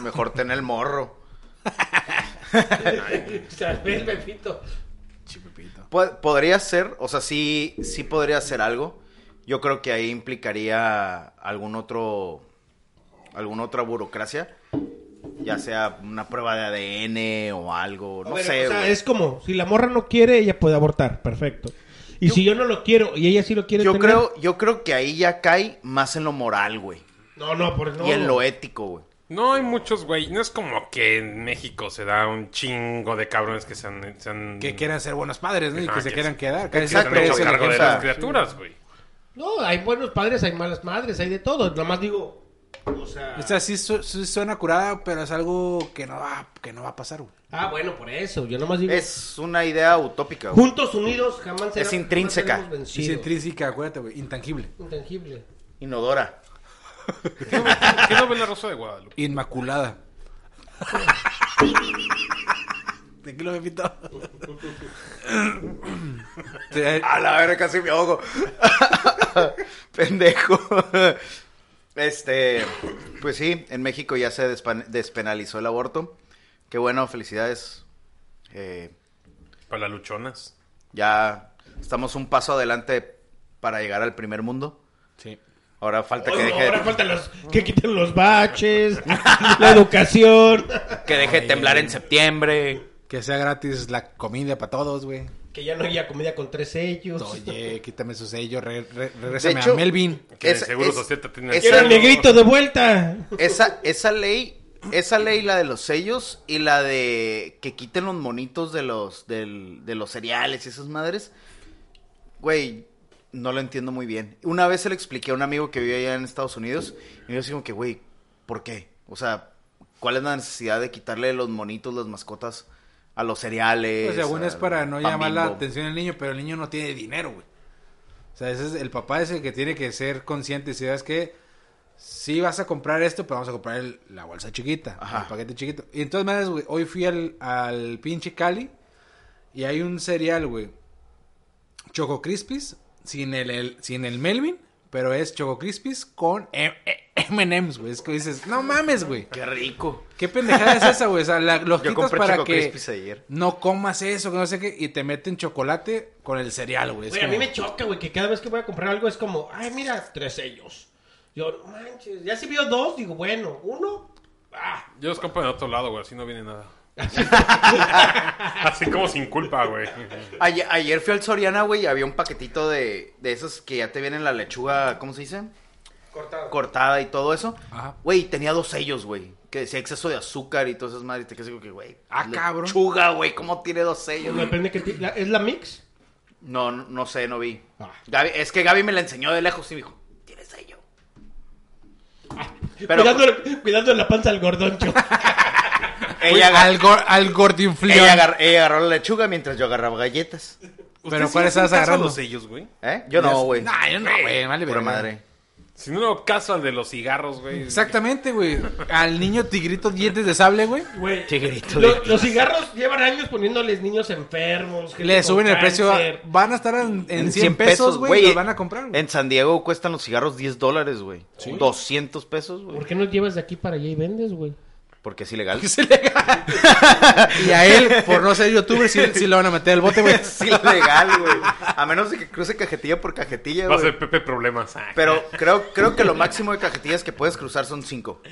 Speaker 3: Mejor tener el morro.
Speaker 5: o sea, ve el Pepito.
Speaker 3: Po- Podría ser, o sea, sí, sí podría ser algo. Yo creo que ahí implicaría algún otro, alguna otra burocracia, ya sea una prueba de ADN o algo, no
Speaker 5: A ver,
Speaker 3: sé.
Speaker 5: o sea,
Speaker 3: güey.
Speaker 5: es como, si la morra no quiere, ella puede abortar, perfecto. Y si yo no lo quiero y ella sí lo quiere
Speaker 3: Yo
Speaker 5: tener-
Speaker 3: creo, yo creo que ahí ya cae más en lo moral, güey,
Speaker 5: No, no, por no.
Speaker 3: y en lo ético, güey.
Speaker 2: No hay muchos, güey. No es como que en México se da un chingo de cabrones que se han... se han-
Speaker 4: Que quieran ser buenos padres, ¿no? Y
Speaker 2: Ajá,
Speaker 4: que se
Speaker 2: que
Speaker 4: quieran
Speaker 2: sí.
Speaker 4: quedar. Casi
Speaker 2: se han
Speaker 4: siempre
Speaker 2: hecho
Speaker 4: es el
Speaker 2: cargo de
Speaker 4: ejemplo.
Speaker 2: las criaturas, güey.
Speaker 5: No, hay buenos padres, hay malas madres, hay de todo. Nada más digo, o sea...
Speaker 4: O sea, sí, su- sí suena curada, pero es algo que no va, que no va a pasar, güey.
Speaker 5: Ah, bueno, por eso. Yo nomás digo.
Speaker 3: Es una idea utópica, güey.
Speaker 5: Juntos unidos jamás
Speaker 3: Es intrínseca.
Speaker 5: jamás seremos
Speaker 4: Es
Speaker 5: vencidos.
Speaker 4: intrínseca, acuérdate, güey, intangible.
Speaker 5: Intangible.
Speaker 3: inodora.
Speaker 2: ¿Qué no, qué no ve la Rosa de Guadalupe?
Speaker 4: Inmaculada. ¿De qué lo he pintado? Te-
Speaker 3: A la verga, casi me ahogo. Pendejo. Este, pues sí, en México ya se despan- despenalizó el aborto. Qué bueno, felicidades. Eh,
Speaker 2: Para las luchonas.
Speaker 3: ya estamos un paso adelante para llegar al primer mundo.
Speaker 4: Sí.
Speaker 3: Ahora falta que
Speaker 5: Ay, no,
Speaker 3: deje,
Speaker 5: Ahora faltan los que quiten los baches, la educación.
Speaker 3: que deje de temblar en septiembre.
Speaker 4: Que sea gratis la comida para todos, güey.
Speaker 5: Que ya no haya comida con tres sellos.
Speaker 4: Oye, quítame su sello, re, re-
Speaker 3: De
Speaker 4: regrésame
Speaker 3: hecho,
Speaker 4: a Melvin.
Speaker 2: Que el
Speaker 3: esa-
Speaker 2: Seguro
Speaker 3: es-
Speaker 2: Social te tiene-
Speaker 3: esa-
Speaker 5: Quiero el negrito de vuelta.
Speaker 3: Esa, esa ley, esa ley, la de los sellos y la de que quiten los monitos de los, del- de los cereales y esas madres, güey, no lo entiendo muy bien. Una vez se lo expliqué a un amigo que vive allá en Estados Unidos y yo así como que, güey, ¿por qué? O sea, ¿cuál es la necesidad de quitarle los monitos, las mascotas a los cereales?
Speaker 4: O sea, bueno, Pues, es
Speaker 3: al
Speaker 4: para no
Speaker 3: Pues, pan
Speaker 4: llamar la
Speaker 3: Bimbo?
Speaker 4: atención al niño, pero el niño no tiene dinero, güey. O sea, ese es el papá es el que tiene que ser consciente. y Si ves que sí vas a comprar esto, pero vamos a comprar el- la bolsa chiquita,
Speaker 3: Ajá.
Speaker 4: el paquete chiquito. Y entonces, maneras, güey, hoy fui al, al pinche Cali y hay un cereal, güey, Choco Crispies, sin el, el- sin el Melvin, pero es Choco Crispies con M- E, M- M&M's, güey. Es que dices, no mames, güey.
Speaker 3: Qué rico.
Speaker 4: ¿Qué pendejada es esa, güey? O sea, la, los
Speaker 3: Yo
Speaker 4: quitas
Speaker 3: compré
Speaker 4: para
Speaker 3: Choco
Speaker 4: que
Speaker 3: Crispies ayer.
Speaker 4: no comas eso, que no sé qué, y te meten chocolate con el cereal, güey. Es
Speaker 5: Güey, a mí
Speaker 4: como-
Speaker 5: me choca, güey, que cada vez que voy a comprar algo es como, ay, mira, tres sellos. Yo, no manches, ya si vio dos, digo, bueno, uno, ah,
Speaker 2: Yo los compro en otro lado, güey. Así no viene nada. así como sin culpa, güey.
Speaker 3: Ayer, ayer fui al Soriana, güey, y había un paquetito de, de esos que ya te vienen la lechuga, ¿cómo se dice?
Speaker 5: cortado.
Speaker 3: cortada y todo eso.
Speaker 4: Ajá.
Speaker 3: Güey, tenía dos sellos, güey. Que decía exceso de azúcar y todas esas madres. Te quedas como que, güey.
Speaker 4: Ah, cabrón.
Speaker 3: Chuga, güey. ¿Cómo tiene dos sellos? güey?
Speaker 5: Depende que ti- la- ¿Es la mix?
Speaker 3: No, no, no sé, no vi.
Speaker 5: Ah.
Speaker 3: Gaby- es que Gaby me la enseñó de lejos y me dijo, tiene sello.
Speaker 4: Ah,
Speaker 3: Pero
Speaker 5: Cuidando, cuidando la panza al gordoncho.
Speaker 3: ella, agar-
Speaker 4: al, gor- al gordinflón.
Speaker 3: ella agar- ella agarró la lechuga mientras yo agarraba galletas.
Speaker 4: ¿Pero cuál estabas agarrando?
Speaker 2: sellos, güey?
Speaker 3: ¿Eh? Yo no, güey.
Speaker 4: Nah, yo no, güey, vale
Speaker 3: Pura
Speaker 4: verga.
Speaker 3: madre.
Speaker 2: Si no, no caso al de los cigarros, güey.
Speaker 4: Exactamente, güey. Al niño tigrito dientes de sable, güey.
Speaker 5: Güey,
Speaker 3: Tigrito,
Speaker 5: lo-
Speaker 3: güey.
Speaker 5: los cigarros llevan años poniéndoles niños enfermos. gente
Speaker 4: Le
Speaker 5: con
Speaker 4: suben el precio. a-
Speaker 5: cáncer.
Speaker 4: Van a estar en, en 100 pesos, güey. Y los van a comprar, güey.
Speaker 3: En San Diego cuestan los cigarros 10 dólares, güey. 200 pesos, güey.
Speaker 5: ¿Por qué no llevas de aquí para allá y vendes, güey?
Speaker 3: Porque es ilegal.
Speaker 4: Que se le haga. Y a él, por no ser youtuber, sí, sí lo van a meter al bote, güey.
Speaker 3: es ilegal, güey. A menos de que cruce cajetilla por cajetilla,
Speaker 2: Va a
Speaker 3: güey.
Speaker 2: ser Pepe Problemas. Ah,
Speaker 3: Pero creo, creo que lo máximo de cajetillas que puedes cruzar son 5.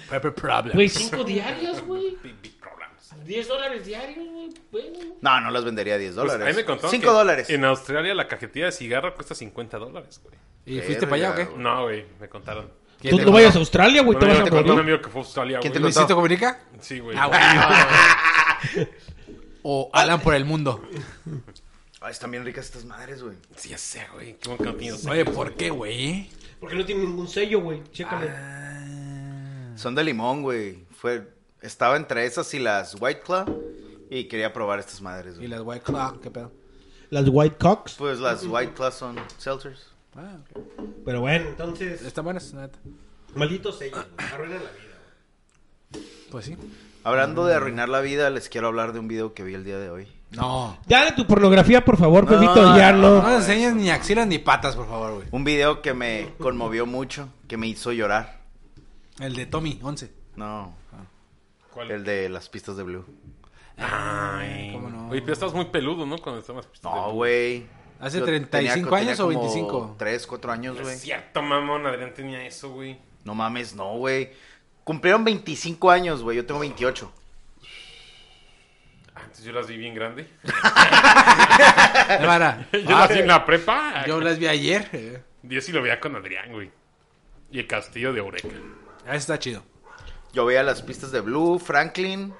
Speaker 5: Güey, cinco diarios, güey.
Speaker 2: Pepe Problemas.
Speaker 5: Diez dólares diarios, güey. Bueno.
Speaker 3: No, no las vendería a
Speaker 2: Pues,
Speaker 3: 10 dólares.
Speaker 2: ahí me contaron
Speaker 3: 5
Speaker 2: que
Speaker 3: dólares.
Speaker 2: En Australia la cajetilla de cigarro cuesta 50 dólares, güey.
Speaker 4: ¿Y fuiste para allá o qué?
Speaker 2: No, güey, me contaron.
Speaker 5: Tú no vayas a Australia, güey.
Speaker 2: Un
Speaker 5: Te vas
Speaker 2: amigo,
Speaker 5: a
Speaker 2: te contó un
Speaker 5: morir.
Speaker 2: amigo que fue a Australia,
Speaker 3: ¿Quién
Speaker 2: güey.
Speaker 3: te
Speaker 4: ¿Luisito Comunica?
Speaker 2: Sí, güey.
Speaker 4: Ah, güey.
Speaker 2: Ah,
Speaker 4: O Alan por el mundo.
Speaker 3: Ay, están bien ricas estas madres, güey.
Speaker 2: Sí, ya sé, güey. Qué buen camino.
Speaker 4: Oye, ¿por qué, güey?
Speaker 5: Porque no tiene ningún sello, güey. Chécale.
Speaker 4: Ah.
Speaker 3: Son de limón, güey. Fue... Estaba entre esas y las White Claw. Y quería probar estas madres,
Speaker 4: Y
Speaker 3: güey.
Speaker 4: las White Claw, ah, qué pedo.
Speaker 5: Las White Cox.
Speaker 3: Pues las White Claw son seltzers.
Speaker 4: Ah, ok.
Speaker 5: Pero bueno, entonces.
Speaker 4: Están buenas, la neta.
Speaker 5: Malditos sellos, güey. Arruinan la vida.
Speaker 4: Pues sí.
Speaker 3: Hablando de arruinar la vida, les quiero hablar de un video que vi el día de hoy.
Speaker 4: No.
Speaker 5: Ya de tu pornografía, por favor, Pepito. Ya
Speaker 4: No
Speaker 5: no.
Speaker 4: nos enseñes ni axilas ni patas, por favor, güey.
Speaker 3: Un video que me conmovió mucho, que me hizo llorar.
Speaker 4: El de Tommy, 11.
Speaker 3: No,
Speaker 2: ¿Cuál?
Speaker 3: el de las pistas de Blue.
Speaker 2: Ay.
Speaker 4: ¿Cómo no?
Speaker 2: Oye, pero estabas muy peludo, ¿no? Cuando estabas pues,
Speaker 3: No, güey.
Speaker 4: ¿Hace
Speaker 3: Yo
Speaker 4: 35 años o 25?
Speaker 3: 3, 4 años,
Speaker 2: No es
Speaker 3: güey.
Speaker 2: cierto, mamón. Adrián tenía eso, güey.
Speaker 3: No mames, no, güey. Cumplieron 25 años, güey. Yo tengo 28.
Speaker 2: Antes yo las vi bien grande.
Speaker 4: Hermana.
Speaker 2: Yo
Speaker 4: ah,
Speaker 2: las vi en la prepa.
Speaker 4: Yo las vi ayer. eh.
Speaker 2: Yo sí lo veía con Adrián, güey. Y el castillo de Eureka.
Speaker 4: Ah, está chido.
Speaker 3: Yo veía las pistas de Blue, Franklin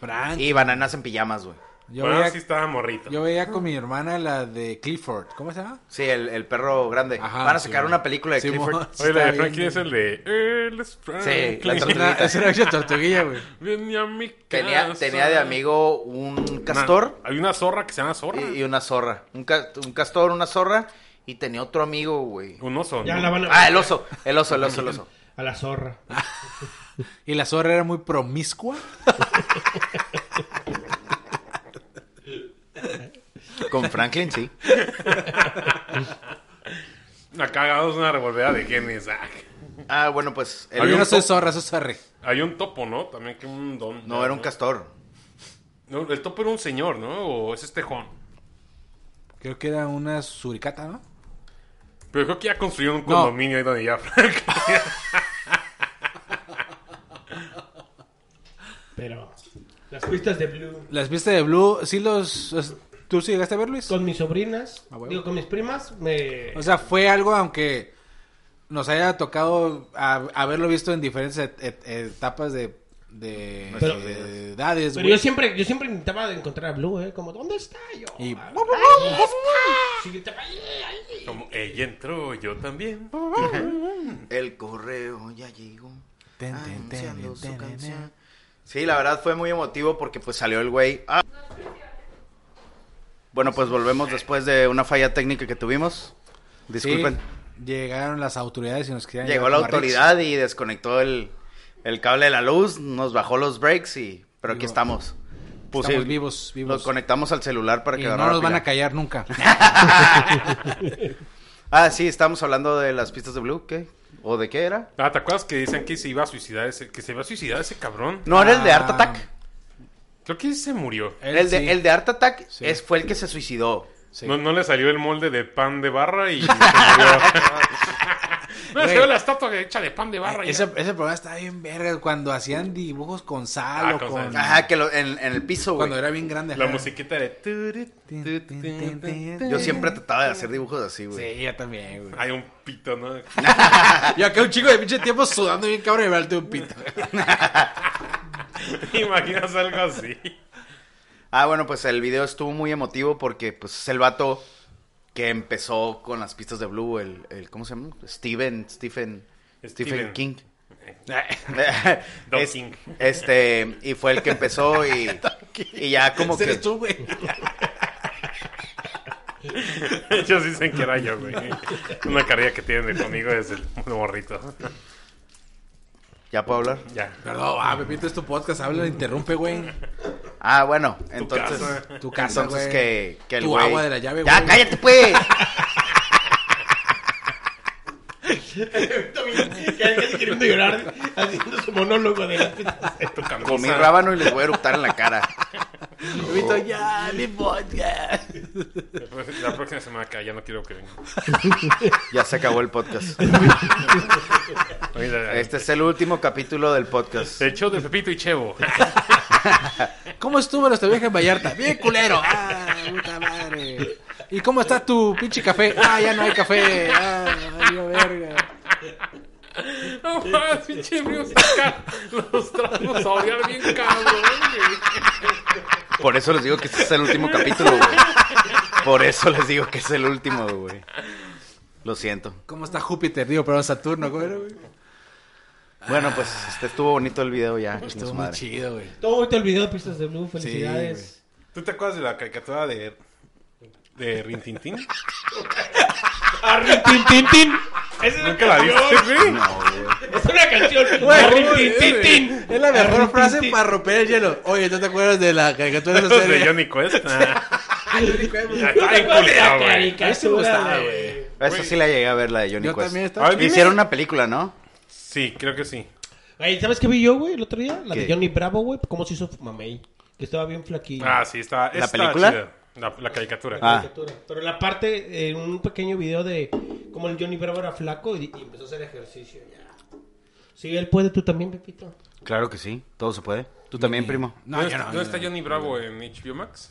Speaker 4: Frank.
Speaker 3: y bananas en pijamas, güey.
Speaker 4: Yo,
Speaker 2: bueno,
Speaker 4: veía,
Speaker 2: sí estaba morrito.
Speaker 4: yo veía con mi hermana la de Clifford. ¿Cómo se llama?
Speaker 3: Sí, el, el perro grande.
Speaker 4: Ajá,
Speaker 3: Van a
Speaker 4: sí,
Speaker 3: sacar
Speaker 4: güey.
Speaker 3: una película de
Speaker 4: Sí,
Speaker 3: Clifford.
Speaker 4: mo-
Speaker 2: Oye, la
Speaker 4: está
Speaker 2: de
Speaker 4: bien,
Speaker 2: Franklin es el de... Él es Franklin.
Speaker 3: la
Speaker 4: Es una, es una bicha tortuguilla, güey.
Speaker 2: Venía a mi casa.
Speaker 3: Tenía, tenía de amigo un castor
Speaker 2: Una- hay una zorra que se llama zorra.
Speaker 3: y, y una zorra. Un, ca- un castor, una zorra y tenía otro amigo, güey.
Speaker 2: Un oso.
Speaker 5: Ya
Speaker 2: ¿no?
Speaker 5: la van a.
Speaker 3: Ah, el oso, el oso, el oso, el oso.
Speaker 5: A la zorra.
Speaker 4: Y la zorra era muy promiscua.
Speaker 3: Con Franklin, sí.
Speaker 2: Acá agarramos una revolvera de genes. ah.
Speaker 3: Ah, bueno, pues. el-
Speaker 2: Había
Speaker 4: Yo no
Speaker 2: un
Speaker 4: soy
Speaker 2: to-
Speaker 4: zorra, soy zorre.
Speaker 2: Hay un topo, ¿no? También que un don.
Speaker 3: No, era un castor.
Speaker 2: No, el topo era un señor, ¿no? O es este tejón.
Speaker 4: Creo que era una suricata, ¿no?
Speaker 2: Pero creo que ya construyeron un condominio ahí donde ya Frank.
Speaker 5: Pero. Las pistas de Blue.
Speaker 4: Las viste de Blue, sí los... los- ¿Tú sí llegaste a ver, Luis?
Speaker 5: Con mis sobrinas.
Speaker 4: Ah, huevo.
Speaker 5: Digo, con mis primas. Me.
Speaker 4: O sea, fue algo aunque nos haya tocado a- haberlo visto en diferentes et- et- etapas de, de,
Speaker 5: Pero-
Speaker 4: de edades,
Speaker 5: Pero
Speaker 4: güey.
Speaker 5: yo siempre, yo siempre intentaba encontrar a Blue, ¿eh? Como, ¿dónde está yo?
Speaker 4: Y-
Speaker 5: Ah, sí, yo estaba ahí, ahí.
Speaker 2: Como ella entró, yo también.
Speaker 3: El correo ya llegó.
Speaker 4: Ten, ten, ten,
Speaker 3: anunciando
Speaker 4: ten,
Speaker 3: su
Speaker 4: ten,
Speaker 3: canción.
Speaker 4: ten.
Speaker 3: Sí, la verdad fue muy emotivo porque pues salió el güey. Ah. Bueno, pues volvemos después de una falla técnica que tuvimos.
Speaker 4: Sí,
Speaker 3: Disculpen.
Speaker 4: llegaron las autoridades y nos querían...
Speaker 3: Llegó
Speaker 4: llevar
Speaker 3: la
Speaker 4: como a Ritz.
Speaker 3: autoridad y desconectó el, el cable de la luz, nos bajó los breaks y... Pero aquí
Speaker 4: Digo,
Speaker 3: estamos. Pusi-
Speaker 4: Estamos vivos,
Speaker 3: Nos
Speaker 4: vivos.
Speaker 3: conectamos al celular para
Speaker 4: Y
Speaker 3: que
Speaker 4: no
Speaker 3: agarrara
Speaker 4: nos van
Speaker 3: pila.
Speaker 4: a callar nunca.
Speaker 3: Ah, sí, estamos hablando de las pistas de Blue, ¿qué? ¿O de qué era?
Speaker 2: Ah, ¿te acuerdas que dicen que se iba a suicidar ese, que se iba a suicidar ese cabrón?
Speaker 3: No, era el de Art
Speaker 4: Ah.
Speaker 3: Attack.
Speaker 2: Creo que se murió.
Speaker 4: Él
Speaker 3: el, de,
Speaker 4: sí,
Speaker 3: el de Art Attack
Speaker 4: Sí.
Speaker 3: es, fue el que se suicidó.
Speaker 4: sí.
Speaker 2: No, no le salió el molde de pan de barra y se murió. no le salió la estatua hecha de pan de barra. y
Speaker 4: Ese, ese programa estaba bien verga cuando hacían dibujos con sal
Speaker 2: Ah,
Speaker 4: o
Speaker 2: con
Speaker 4: con...
Speaker 2: sal.
Speaker 3: Ajá, que lo- en, en el piso, güey.
Speaker 4: Mm. Cuando era bien grande.
Speaker 2: La
Speaker 4: ajá.
Speaker 2: musiquita de... turu,
Speaker 4: Tin,
Speaker 2: tu, tin,
Speaker 4: tin, tin,
Speaker 2: tin,
Speaker 4: tin.
Speaker 3: Yo siempre trataba de hacer dibujos así, güey.
Speaker 4: Sí, yo también, güey.
Speaker 2: Hay un pito, ¿no?
Speaker 4: Yo acá un chico de pinche tiempo sudando bien cabrón y me alto un pito.
Speaker 2: ¿Te imaginas algo así?
Speaker 3: Ah, bueno, pues el video estuvo muy emotivo porque, pues, es el vato que empezó con las pistas de Blue, el, el ¿cómo se llama? Steven, Stephen, Stephen
Speaker 2: Steven.
Speaker 3: King.
Speaker 2: Don
Speaker 3: Es-
Speaker 2: King.
Speaker 3: Este, y fue el que empezó y, y ya como
Speaker 4: Ese eres
Speaker 3: que...
Speaker 4: tú, güey.
Speaker 2: Ellos dicen que era yo, güey. Una carrera que tienen de conmigo desde el morrito.
Speaker 3: ¿Ya puedo hablar?
Speaker 2: Ya.
Speaker 4: Perdón, ah, Pepito, es tu podcast, habla, interrumpe, güey.
Speaker 3: Ah, bueno, entonces.
Speaker 2: casa.
Speaker 4: Tu casa,
Speaker 3: entonces
Speaker 4: güey.
Speaker 3: que, que el
Speaker 4: Tu
Speaker 3: güey-
Speaker 4: agua de la llave,
Speaker 3: ¡Ya,
Speaker 4: güey.
Speaker 3: cállate, pues!
Speaker 5: También, ya casi queriendo llorar haciendo su monólogo de la
Speaker 2: Tu camisa.
Speaker 3: Comí rábano y les voy a eructar en la cara.
Speaker 4: Pepito, ya, mi podcast.
Speaker 2: La próxima semana que ya no quiero que venga.
Speaker 3: Ya se acabó el podcast.
Speaker 2: Mira,
Speaker 3: Este es el último capítulo del podcast.
Speaker 2: El show de Pepito y Chevo.
Speaker 4: ¿Cómo estuvo nuestra vieja en Vallarta? Bien culero. Ah, puta madre. ¿Y cómo está tu pinche café? Ah, ya no hay café. Ah, valió verga.
Speaker 2: No más, pinche frío saca los tramos a odiar bien cabrón,
Speaker 3: Por eso les digo que este es el último capítulo, güey. Por eso les digo que es el último, güey. Lo siento.
Speaker 4: ¿Cómo está Júpiter? Digo, perdón, Saturno. ¿Cómo era, güey?
Speaker 3: Bueno, pues este estuvo bonito el video ya. chingue
Speaker 4: Estuvo
Speaker 3: su
Speaker 4: muy
Speaker 3: madre.
Speaker 4: chido, güey.
Speaker 5: Todo te olvidó de Pistas de Blue, felicidades.
Speaker 2: ¿Tú te acuerdas de la caricatura de. de Rintintín?
Speaker 5: Esa es una
Speaker 2: ¿Nunca la viste, güey?
Speaker 3: No, güey.
Speaker 5: Es una canción.
Speaker 4: ¿cómo
Speaker 5: Tin,
Speaker 4: es,
Speaker 5: tin,
Speaker 4: güey?
Speaker 5: tin.
Speaker 4: Es la mejor frase para romper el hielo. Oye, ¿no te acuerdas de la caricatura de esa
Speaker 2: de
Speaker 4: serie?
Speaker 2: Johnny Cuesta. Está bien
Speaker 5: ¿Tú te acuerdas de
Speaker 2: culero,
Speaker 5: la
Speaker 2: güey.
Speaker 4: A mí sí me gustaba,
Speaker 5: caricatura de-
Speaker 4: güey.
Speaker 3: Esa sí la llegué a ver, la de Johnny
Speaker 4: Yo
Speaker 3: Quest.
Speaker 4: también
Speaker 2: A
Speaker 4: estaba
Speaker 2: ver, dime-
Speaker 3: Hicieron una película, ¿no?
Speaker 2: Sí, creo que sí.
Speaker 5: Güey, ¿sabes qué vi yo, güey, el otro día? La
Speaker 3: ¿Qué?
Speaker 5: de Johnny Bravo, güey. ¿Cómo se hizo mamey? Que estaba bien flaquillo.
Speaker 2: Ah, sí, está.
Speaker 3: ¿La
Speaker 2: está
Speaker 3: película?
Speaker 2: chida. La, la caricatura.
Speaker 3: Ah.
Speaker 5: caricatura. Pero la parte, eh, un pequeño video de cómo el Johnny Bravo era flaco y, y empezó a hacer ejercicio. Ya. Sí, él puede, tú también, Pepito.
Speaker 3: Claro que sí. Todo se puede. Tú también, primo.
Speaker 4: No,
Speaker 2: ¿Dónde,
Speaker 4: yo no,
Speaker 2: está-
Speaker 4: yo
Speaker 2: dónde está Johnny Bravo en HBO Max?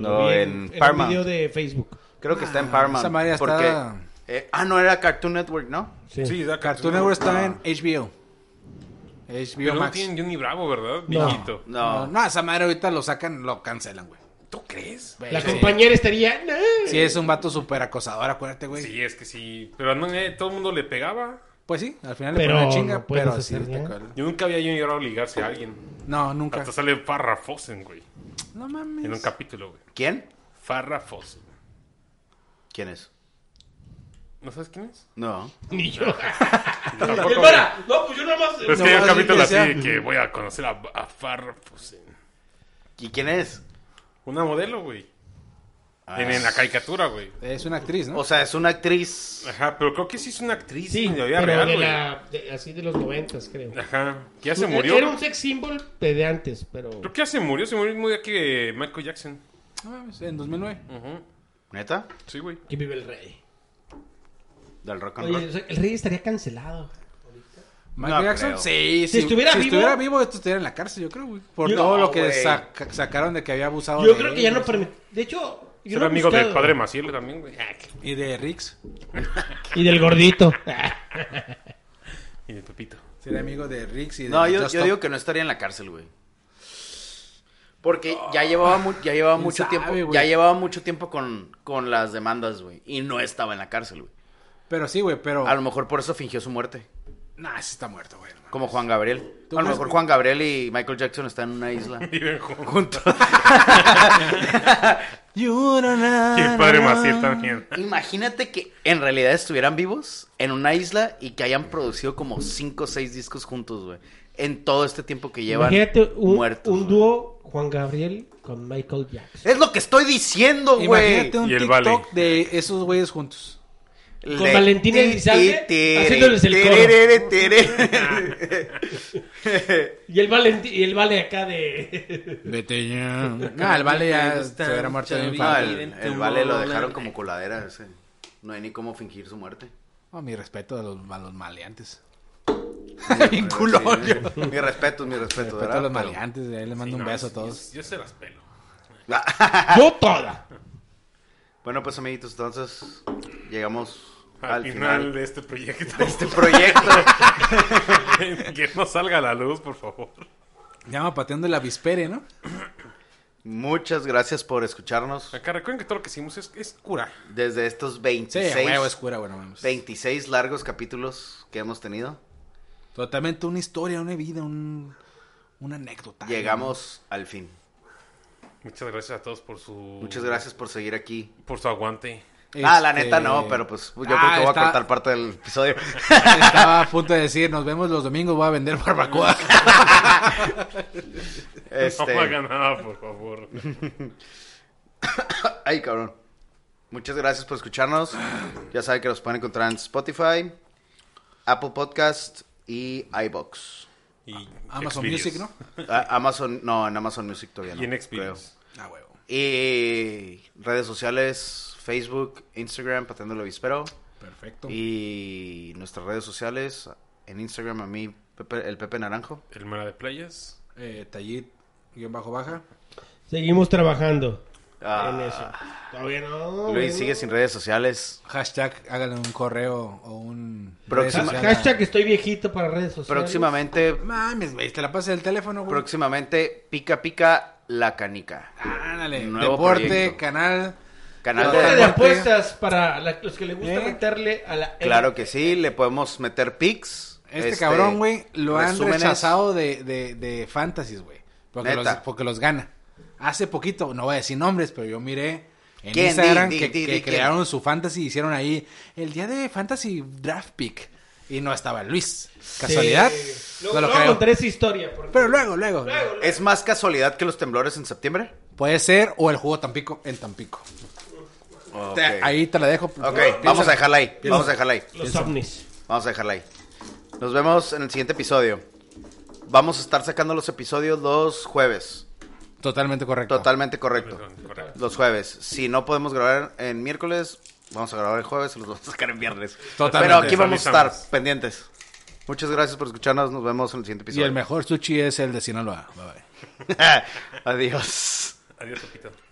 Speaker 3: lo No, vi en- en en un
Speaker 5: un
Speaker 3: Paramount. video
Speaker 5: video de Facebook.
Speaker 3: Creo que está en Paramount.
Speaker 4: Ah, esa madre
Speaker 3: porque,
Speaker 4: está-
Speaker 3: eh, ah, no, era Cartoon Network, ¿no?
Speaker 5: Sí.
Speaker 2: da
Speaker 4: Cartoon Network está en HBO.
Speaker 2: Pero
Speaker 4: HBO
Speaker 2: no
Speaker 4: Max.
Speaker 2: tienen Johnny Bravo, ¿verdad?
Speaker 5: No.
Speaker 2: Viejito.
Speaker 3: No.
Speaker 4: No, no, esa madre ahorita lo sacan, lo cancelan, güey.
Speaker 2: ¿Tú crees?
Speaker 5: La
Speaker 4: Sí.
Speaker 5: compañera estaría... "No".
Speaker 4: Sí, es un vato súper acosador, acuérdate, güey.
Speaker 2: Sí, es que sí. Pero no, eh, todo el mundo le pegaba.
Speaker 4: Pues sí, al final
Speaker 5: Pero
Speaker 4: le ponen la chinga,
Speaker 5: no puedes
Speaker 4: pero
Speaker 5: hacer
Speaker 4: sí. está
Speaker 5: nada.
Speaker 4: cabrón.
Speaker 2: Yo nunca había Johnny Bravo ligarse a alguien.
Speaker 4: No, nunca.
Speaker 2: Hasta sale Farrah Fawcett, güey.
Speaker 4: No
Speaker 2: En un
Speaker 4: mames.
Speaker 2: capítulo, güey.
Speaker 3: ¿Quién?
Speaker 2: Farrah Fawcett.
Speaker 3: ¿Quién es?
Speaker 2: ¿No sabes quién es?
Speaker 3: No.
Speaker 5: Ni yo.
Speaker 2: Tampoco, güey.
Speaker 5: Espera, no, pues yo nada más...
Speaker 2: Pero es
Speaker 4: No
Speaker 2: que hay un
Speaker 4: vas a
Speaker 2: capítulo así
Speaker 4: decir que
Speaker 2: de que voy a conocer a, a Farrah Fawcett.
Speaker 3: ¿Y quién es?
Speaker 2: Una modelo, güey.
Speaker 3: Ah.
Speaker 2: En, en la caricatura, güey.
Speaker 4: Es una actriz, ¿no?
Speaker 3: O sea, es una actriz.
Speaker 2: Ajá, pero creo que sí es una actriz
Speaker 5: Sí,
Speaker 2: en la vida
Speaker 5: pero
Speaker 2: real,
Speaker 5: de
Speaker 2: güey.
Speaker 5: la- de- así de los noventas, creo.
Speaker 2: Ajá. Que ya se
Speaker 5: Era
Speaker 2: murió.
Speaker 5: un sex symbol de, de antes, pero...
Speaker 2: Creo que ya se murió. Se murió muy aquí que Michael Jackson.
Speaker 4: No mames, en 2009.
Speaker 3: Mm.
Speaker 2: Ajá.
Speaker 3: ¿Neta?
Speaker 2: Sí, güey.
Speaker 5: Que vive el rey.
Speaker 3: Del rock and
Speaker 5: Oye, o
Speaker 3: roll.
Speaker 5: sea, el rey estaría cancelado.
Speaker 4: Michael
Speaker 3: No
Speaker 4: Jackson,
Speaker 3: creo.
Speaker 4: sí, sí.
Speaker 5: Si estuviera
Speaker 4: si
Speaker 5: vivo-
Speaker 4: estuviera vivo, esto estuviera en la cárcel, yo creo, güey. Por
Speaker 5: Yo-
Speaker 4: todo
Speaker 3: No,
Speaker 4: lo que
Speaker 3: güey.
Speaker 4: saca- sacaron de que había abusado
Speaker 5: Yo
Speaker 4: de
Speaker 5: creo que
Speaker 4: él,
Speaker 5: ya no
Speaker 4: güey.
Speaker 5: permite... De hecho... yo no
Speaker 2: Era
Speaker 5: he
Speaker 2: amigo del
Speaker 5: buscado.
Speaker 2: padre Maciel también, güey. Ah, que-
Speaker 4: Y de Rix.
Speaker 5: Y del gordito.
Speaker 2: Y de Pepito.
Speaker 4: Sería amigo de Rix y de
Speaker 3: No, yo,
Speaker 4: Just
Speaker 3: yo
Speaker 4: Stop.
Speaker 3: digo que no estaría en la cárcel, güey. Porque ya llevaba, mu- ya llevaba
Speaker 4: Oh, ¿Quién
Speaker 3: mucho
Speaker 4: sabe,
Speaker 3: tiempo.
Speaker 4: güey?
Speaker 3: Ya llevaba mucho tiempo con, con las demandas, güey. Y no estaba en la cárcel, güey.
Speaker 4: Pero sí, güey, pero...
Speaker 3: A lo mejor por eso fingió su muerte.
Speaker 4: Nah, ese está muerto, güey. no.
Speaker 3: Como Juan Gabriel.
Speaker 4: ¿Tú
Speaker 3: A lo
Speaker 4: crees
Speaker 3: mejor
Speaker 4: que-
Speaker 3: Juan Gabriel y Michael Jackson están en una isla.
Speaker 2: Viven juntos.
Speaker 3: juntos.
Speaker 4: You don't know.
Speaker 2: Y el padre Maciel también.
Speaker 3: Imagínate que en realidad estuvieran vivos en una isla y que hayan producido como 5 o 6 discos juntos, güey. En todo este tiempo que llevan
Speaker 5: Imagínate un,
Speaker 3: muertos.
Speaker 5: un
Speaker 3: güey.
Speaker 5: dúo Juan Gabriel con Michael Jackson.
Speaker 3: Es lo que estoy diciendo, güey.
Speaker 4: Imagínate un
Speaker 2: Y el
Speaker 4: TikTok
Speaker 2: Vale.
Speaker 4: de esos güeyes juntos.
Speaker 3: Le-
Speaker 5: Con Valentina
Speaker 3: ti,
Speaker 5: Elizalde
Speaker 3: ti, tiri,
Speaker 5: haciéndoles el coro.
Speaker 3: tiriri, tiri.
Speaker 5: Y el vale, y el vale acá de...
Speaker 4: Vete ya. Nah, el Vale ya se hubiera muerto de un
Speaker 3: No,
Speaker 4: infarto.
Speaker 3: el, el vale lo dejaron como coladera. ese. No hay ni cómo fingir su muerte.
Speaker 4: Oh, mi respeto a los, a los maleantes.
Speaker 3: Mi Mi respeto, mi respeto.
Speaker 4: Respeto a los
Speaker 3: ¿verdad?
Speaker 4: maleantes, ahí les mando un
Speaker 2: No,
Speaker 4: beso a
Speaker 2: sí,
Speaker 4: todos.
Speaker 2: Yo, yo se las pelo.
Speaker 5: Yo toda.
Speaker 3: Bueno, pues amiguitos, entonces llegamos
Speaker 2: Al, final, de este proyecto.
Speaker 3: de este proyecto.
Speaker 2: que no salga a la luz, por favor.
Speaker 4: Llama pateando el avispere, ¿no?
Speaker 3: Muchas gracias por escucharnos
Speaker 2: Acá recuerden que todo lo que hicimos es, es cura.
Speaker 3: desde estos
Speaker 4: Sí,
Speaker 3: 26,
Speaker 4: a huevo oscura, bueno, vamos.
Speaker 3: 26 largos capítulos que hemos tenido.
Speaker 4: Totalmente una historia, una vida, un, una anécdota.
Speaker 3: Llegamos al fin.
Speaker 2: Muchas gracias a todos por su...
Speaker 3: Muchas
Speaker 4: Uh.
Speaker 3: gracias por seguir aquí.
Speaker 2: Por su aguante.
Speaker 3: Ah, la
Speaker 4: Este,
Speaker 3: neta no, pero pues yo creo
Speaker 4: ah,
Speaker 3: que voy a
Speaker 4: está-
Speaker 3: cortar parte del episodio.
Speaker 4: Estaba a punto de decir, nos vemos los domingos, voy a vender barbacoa.
Speaker 2: No
Speaker 3: Este,
Speaker 2: hagan nada, por favor.
Speaker 3: ay, cabrón. Muchas gracias por escucharnos. Ya saben que los pueden encontrar en Spotify, Apple Podcast y iBox.
Speaker 2: Y
Speaker 4: Amazon
Speaker 2: Xvideos.
Speaker 4: Music, ¿no?
Speaker 3: A- Amazon, no, en Amazon Music todavía no.
Speaker 2: Y en
Speaker 3: creo.
Speaker 2: Experience.
Speaker 4: Ah, huevo.
Speaker 3: Y redes sociales, Facebook, Instagram, Pateando el Obispero.
Speaker 4: Perfecto.
Speaker 3: Y nuestras redes sociales, en Instagram a mí, Pepe- el Pepe Naranjo.
Speaker 2: El Mera de Playas.
Speaker 4: Eh, tallit, guión bajo baja.
Speaker 6: Seguimos trabajando en
Speaker 3: Ah,
Speaker 6: eso. Todavía no. güey,
Speaker 3: Luis sigue
Speaker 6: no.
Speaker 3: sin redes sociales.
Speaker 4: Hashtag, háganle un correo o un...
Speaker 3: Próxima-
Speaker 4: redes sociales.
Speaker 5: Hashtag estoy viejito para redes sociales.
Speaker 3: Próximamente,
Speaker 4: Mames, güey, te la pasas el teléfono, güey.
Speaker 3: próximamente, pica pica la canica.
Speaker 4: Ándale,
Speaker 3: Nuevo
Speaker 4: deporte,
Speaker 3: proyecto.
Speaker 4: canal.
Speaker 3: Canal
Speaker 5: Cuenta de
Speaker 3: de...
Speaker 5: apuestas para la- los que les gusta
Speaker 4: ¿Eh?
Speaker 5: meterle a la.
Speaker 3: Claro que sí, le podemos meter pics.
Speaker 4: Este, cabrón, güey, lo han
Speaker 3: resúmenes.
Speaker 4: rechazado de, de, de fantasies, güey. Porque los,
Speaker 3: Neta.
Speaker 4: porque los gana. Hace poquito, no voy a decir nombres, pero yo miré en
Speaker 3: ¿Quién?
Speaker 4: Instagram
Speaker 3: Di, di,
Speaker 4: que,
Speaker 3: di,
Speaker 4: que
Speaker 3: di, ¿quién?
Speaker 4: crearon su fantasy y hicieron ahí el día de fantasy draft pick. Y no estaba Luis. ¿Casualidad? no lo
Speaker 5: Luego, luego
Speaker 4: creo.
Speaker 5: contaré esa historia. porque-
Speaker 4: Pero luego, luego.
Speaker 5: Luego, luego.
Speaker 3: ¿Es más casualidad que los temblores en septiembre?
Speaker 4: Puede ser, o el juego Tampico en Tampico.
Speaker 3: Ok,
Speaker 4: Te- ahí te la dejo.
Speaker 3: Ok, vamos a dejarla ahí. Vamos a dejarla ahí.
Speaker 5: Los ovnis.
Speaker 3: Vamos a dejarla ahí. Nos vemos en el siguiente episodio. Vamos a estar sacando los episodios los jueves.
Speaker 4: Totalmente correcto.
Speaker 3: Totalmente correcto.
Speaker 2: Correcto.
Speaker 3: Los jueves. Si no podemos grabar en miércoles, vamos a grabar el jueves y los vamos a sacar en viernes.
Speaker 4: Totalmente.
Speaker 3: Pero aquí vamos a estar
Speaker 2: Realizamos.
Speaker 3: pendientes. Muchas gracias por escucharnos. Nos vemos en el siguiente
Speaker 4: Y
Speaker 3: episodio.
Speaker 4: el mejor sushi es el de Sinaloa. Bye bye.
Speaker 3: Adiós.
Speaker 2: Adiós, Topito.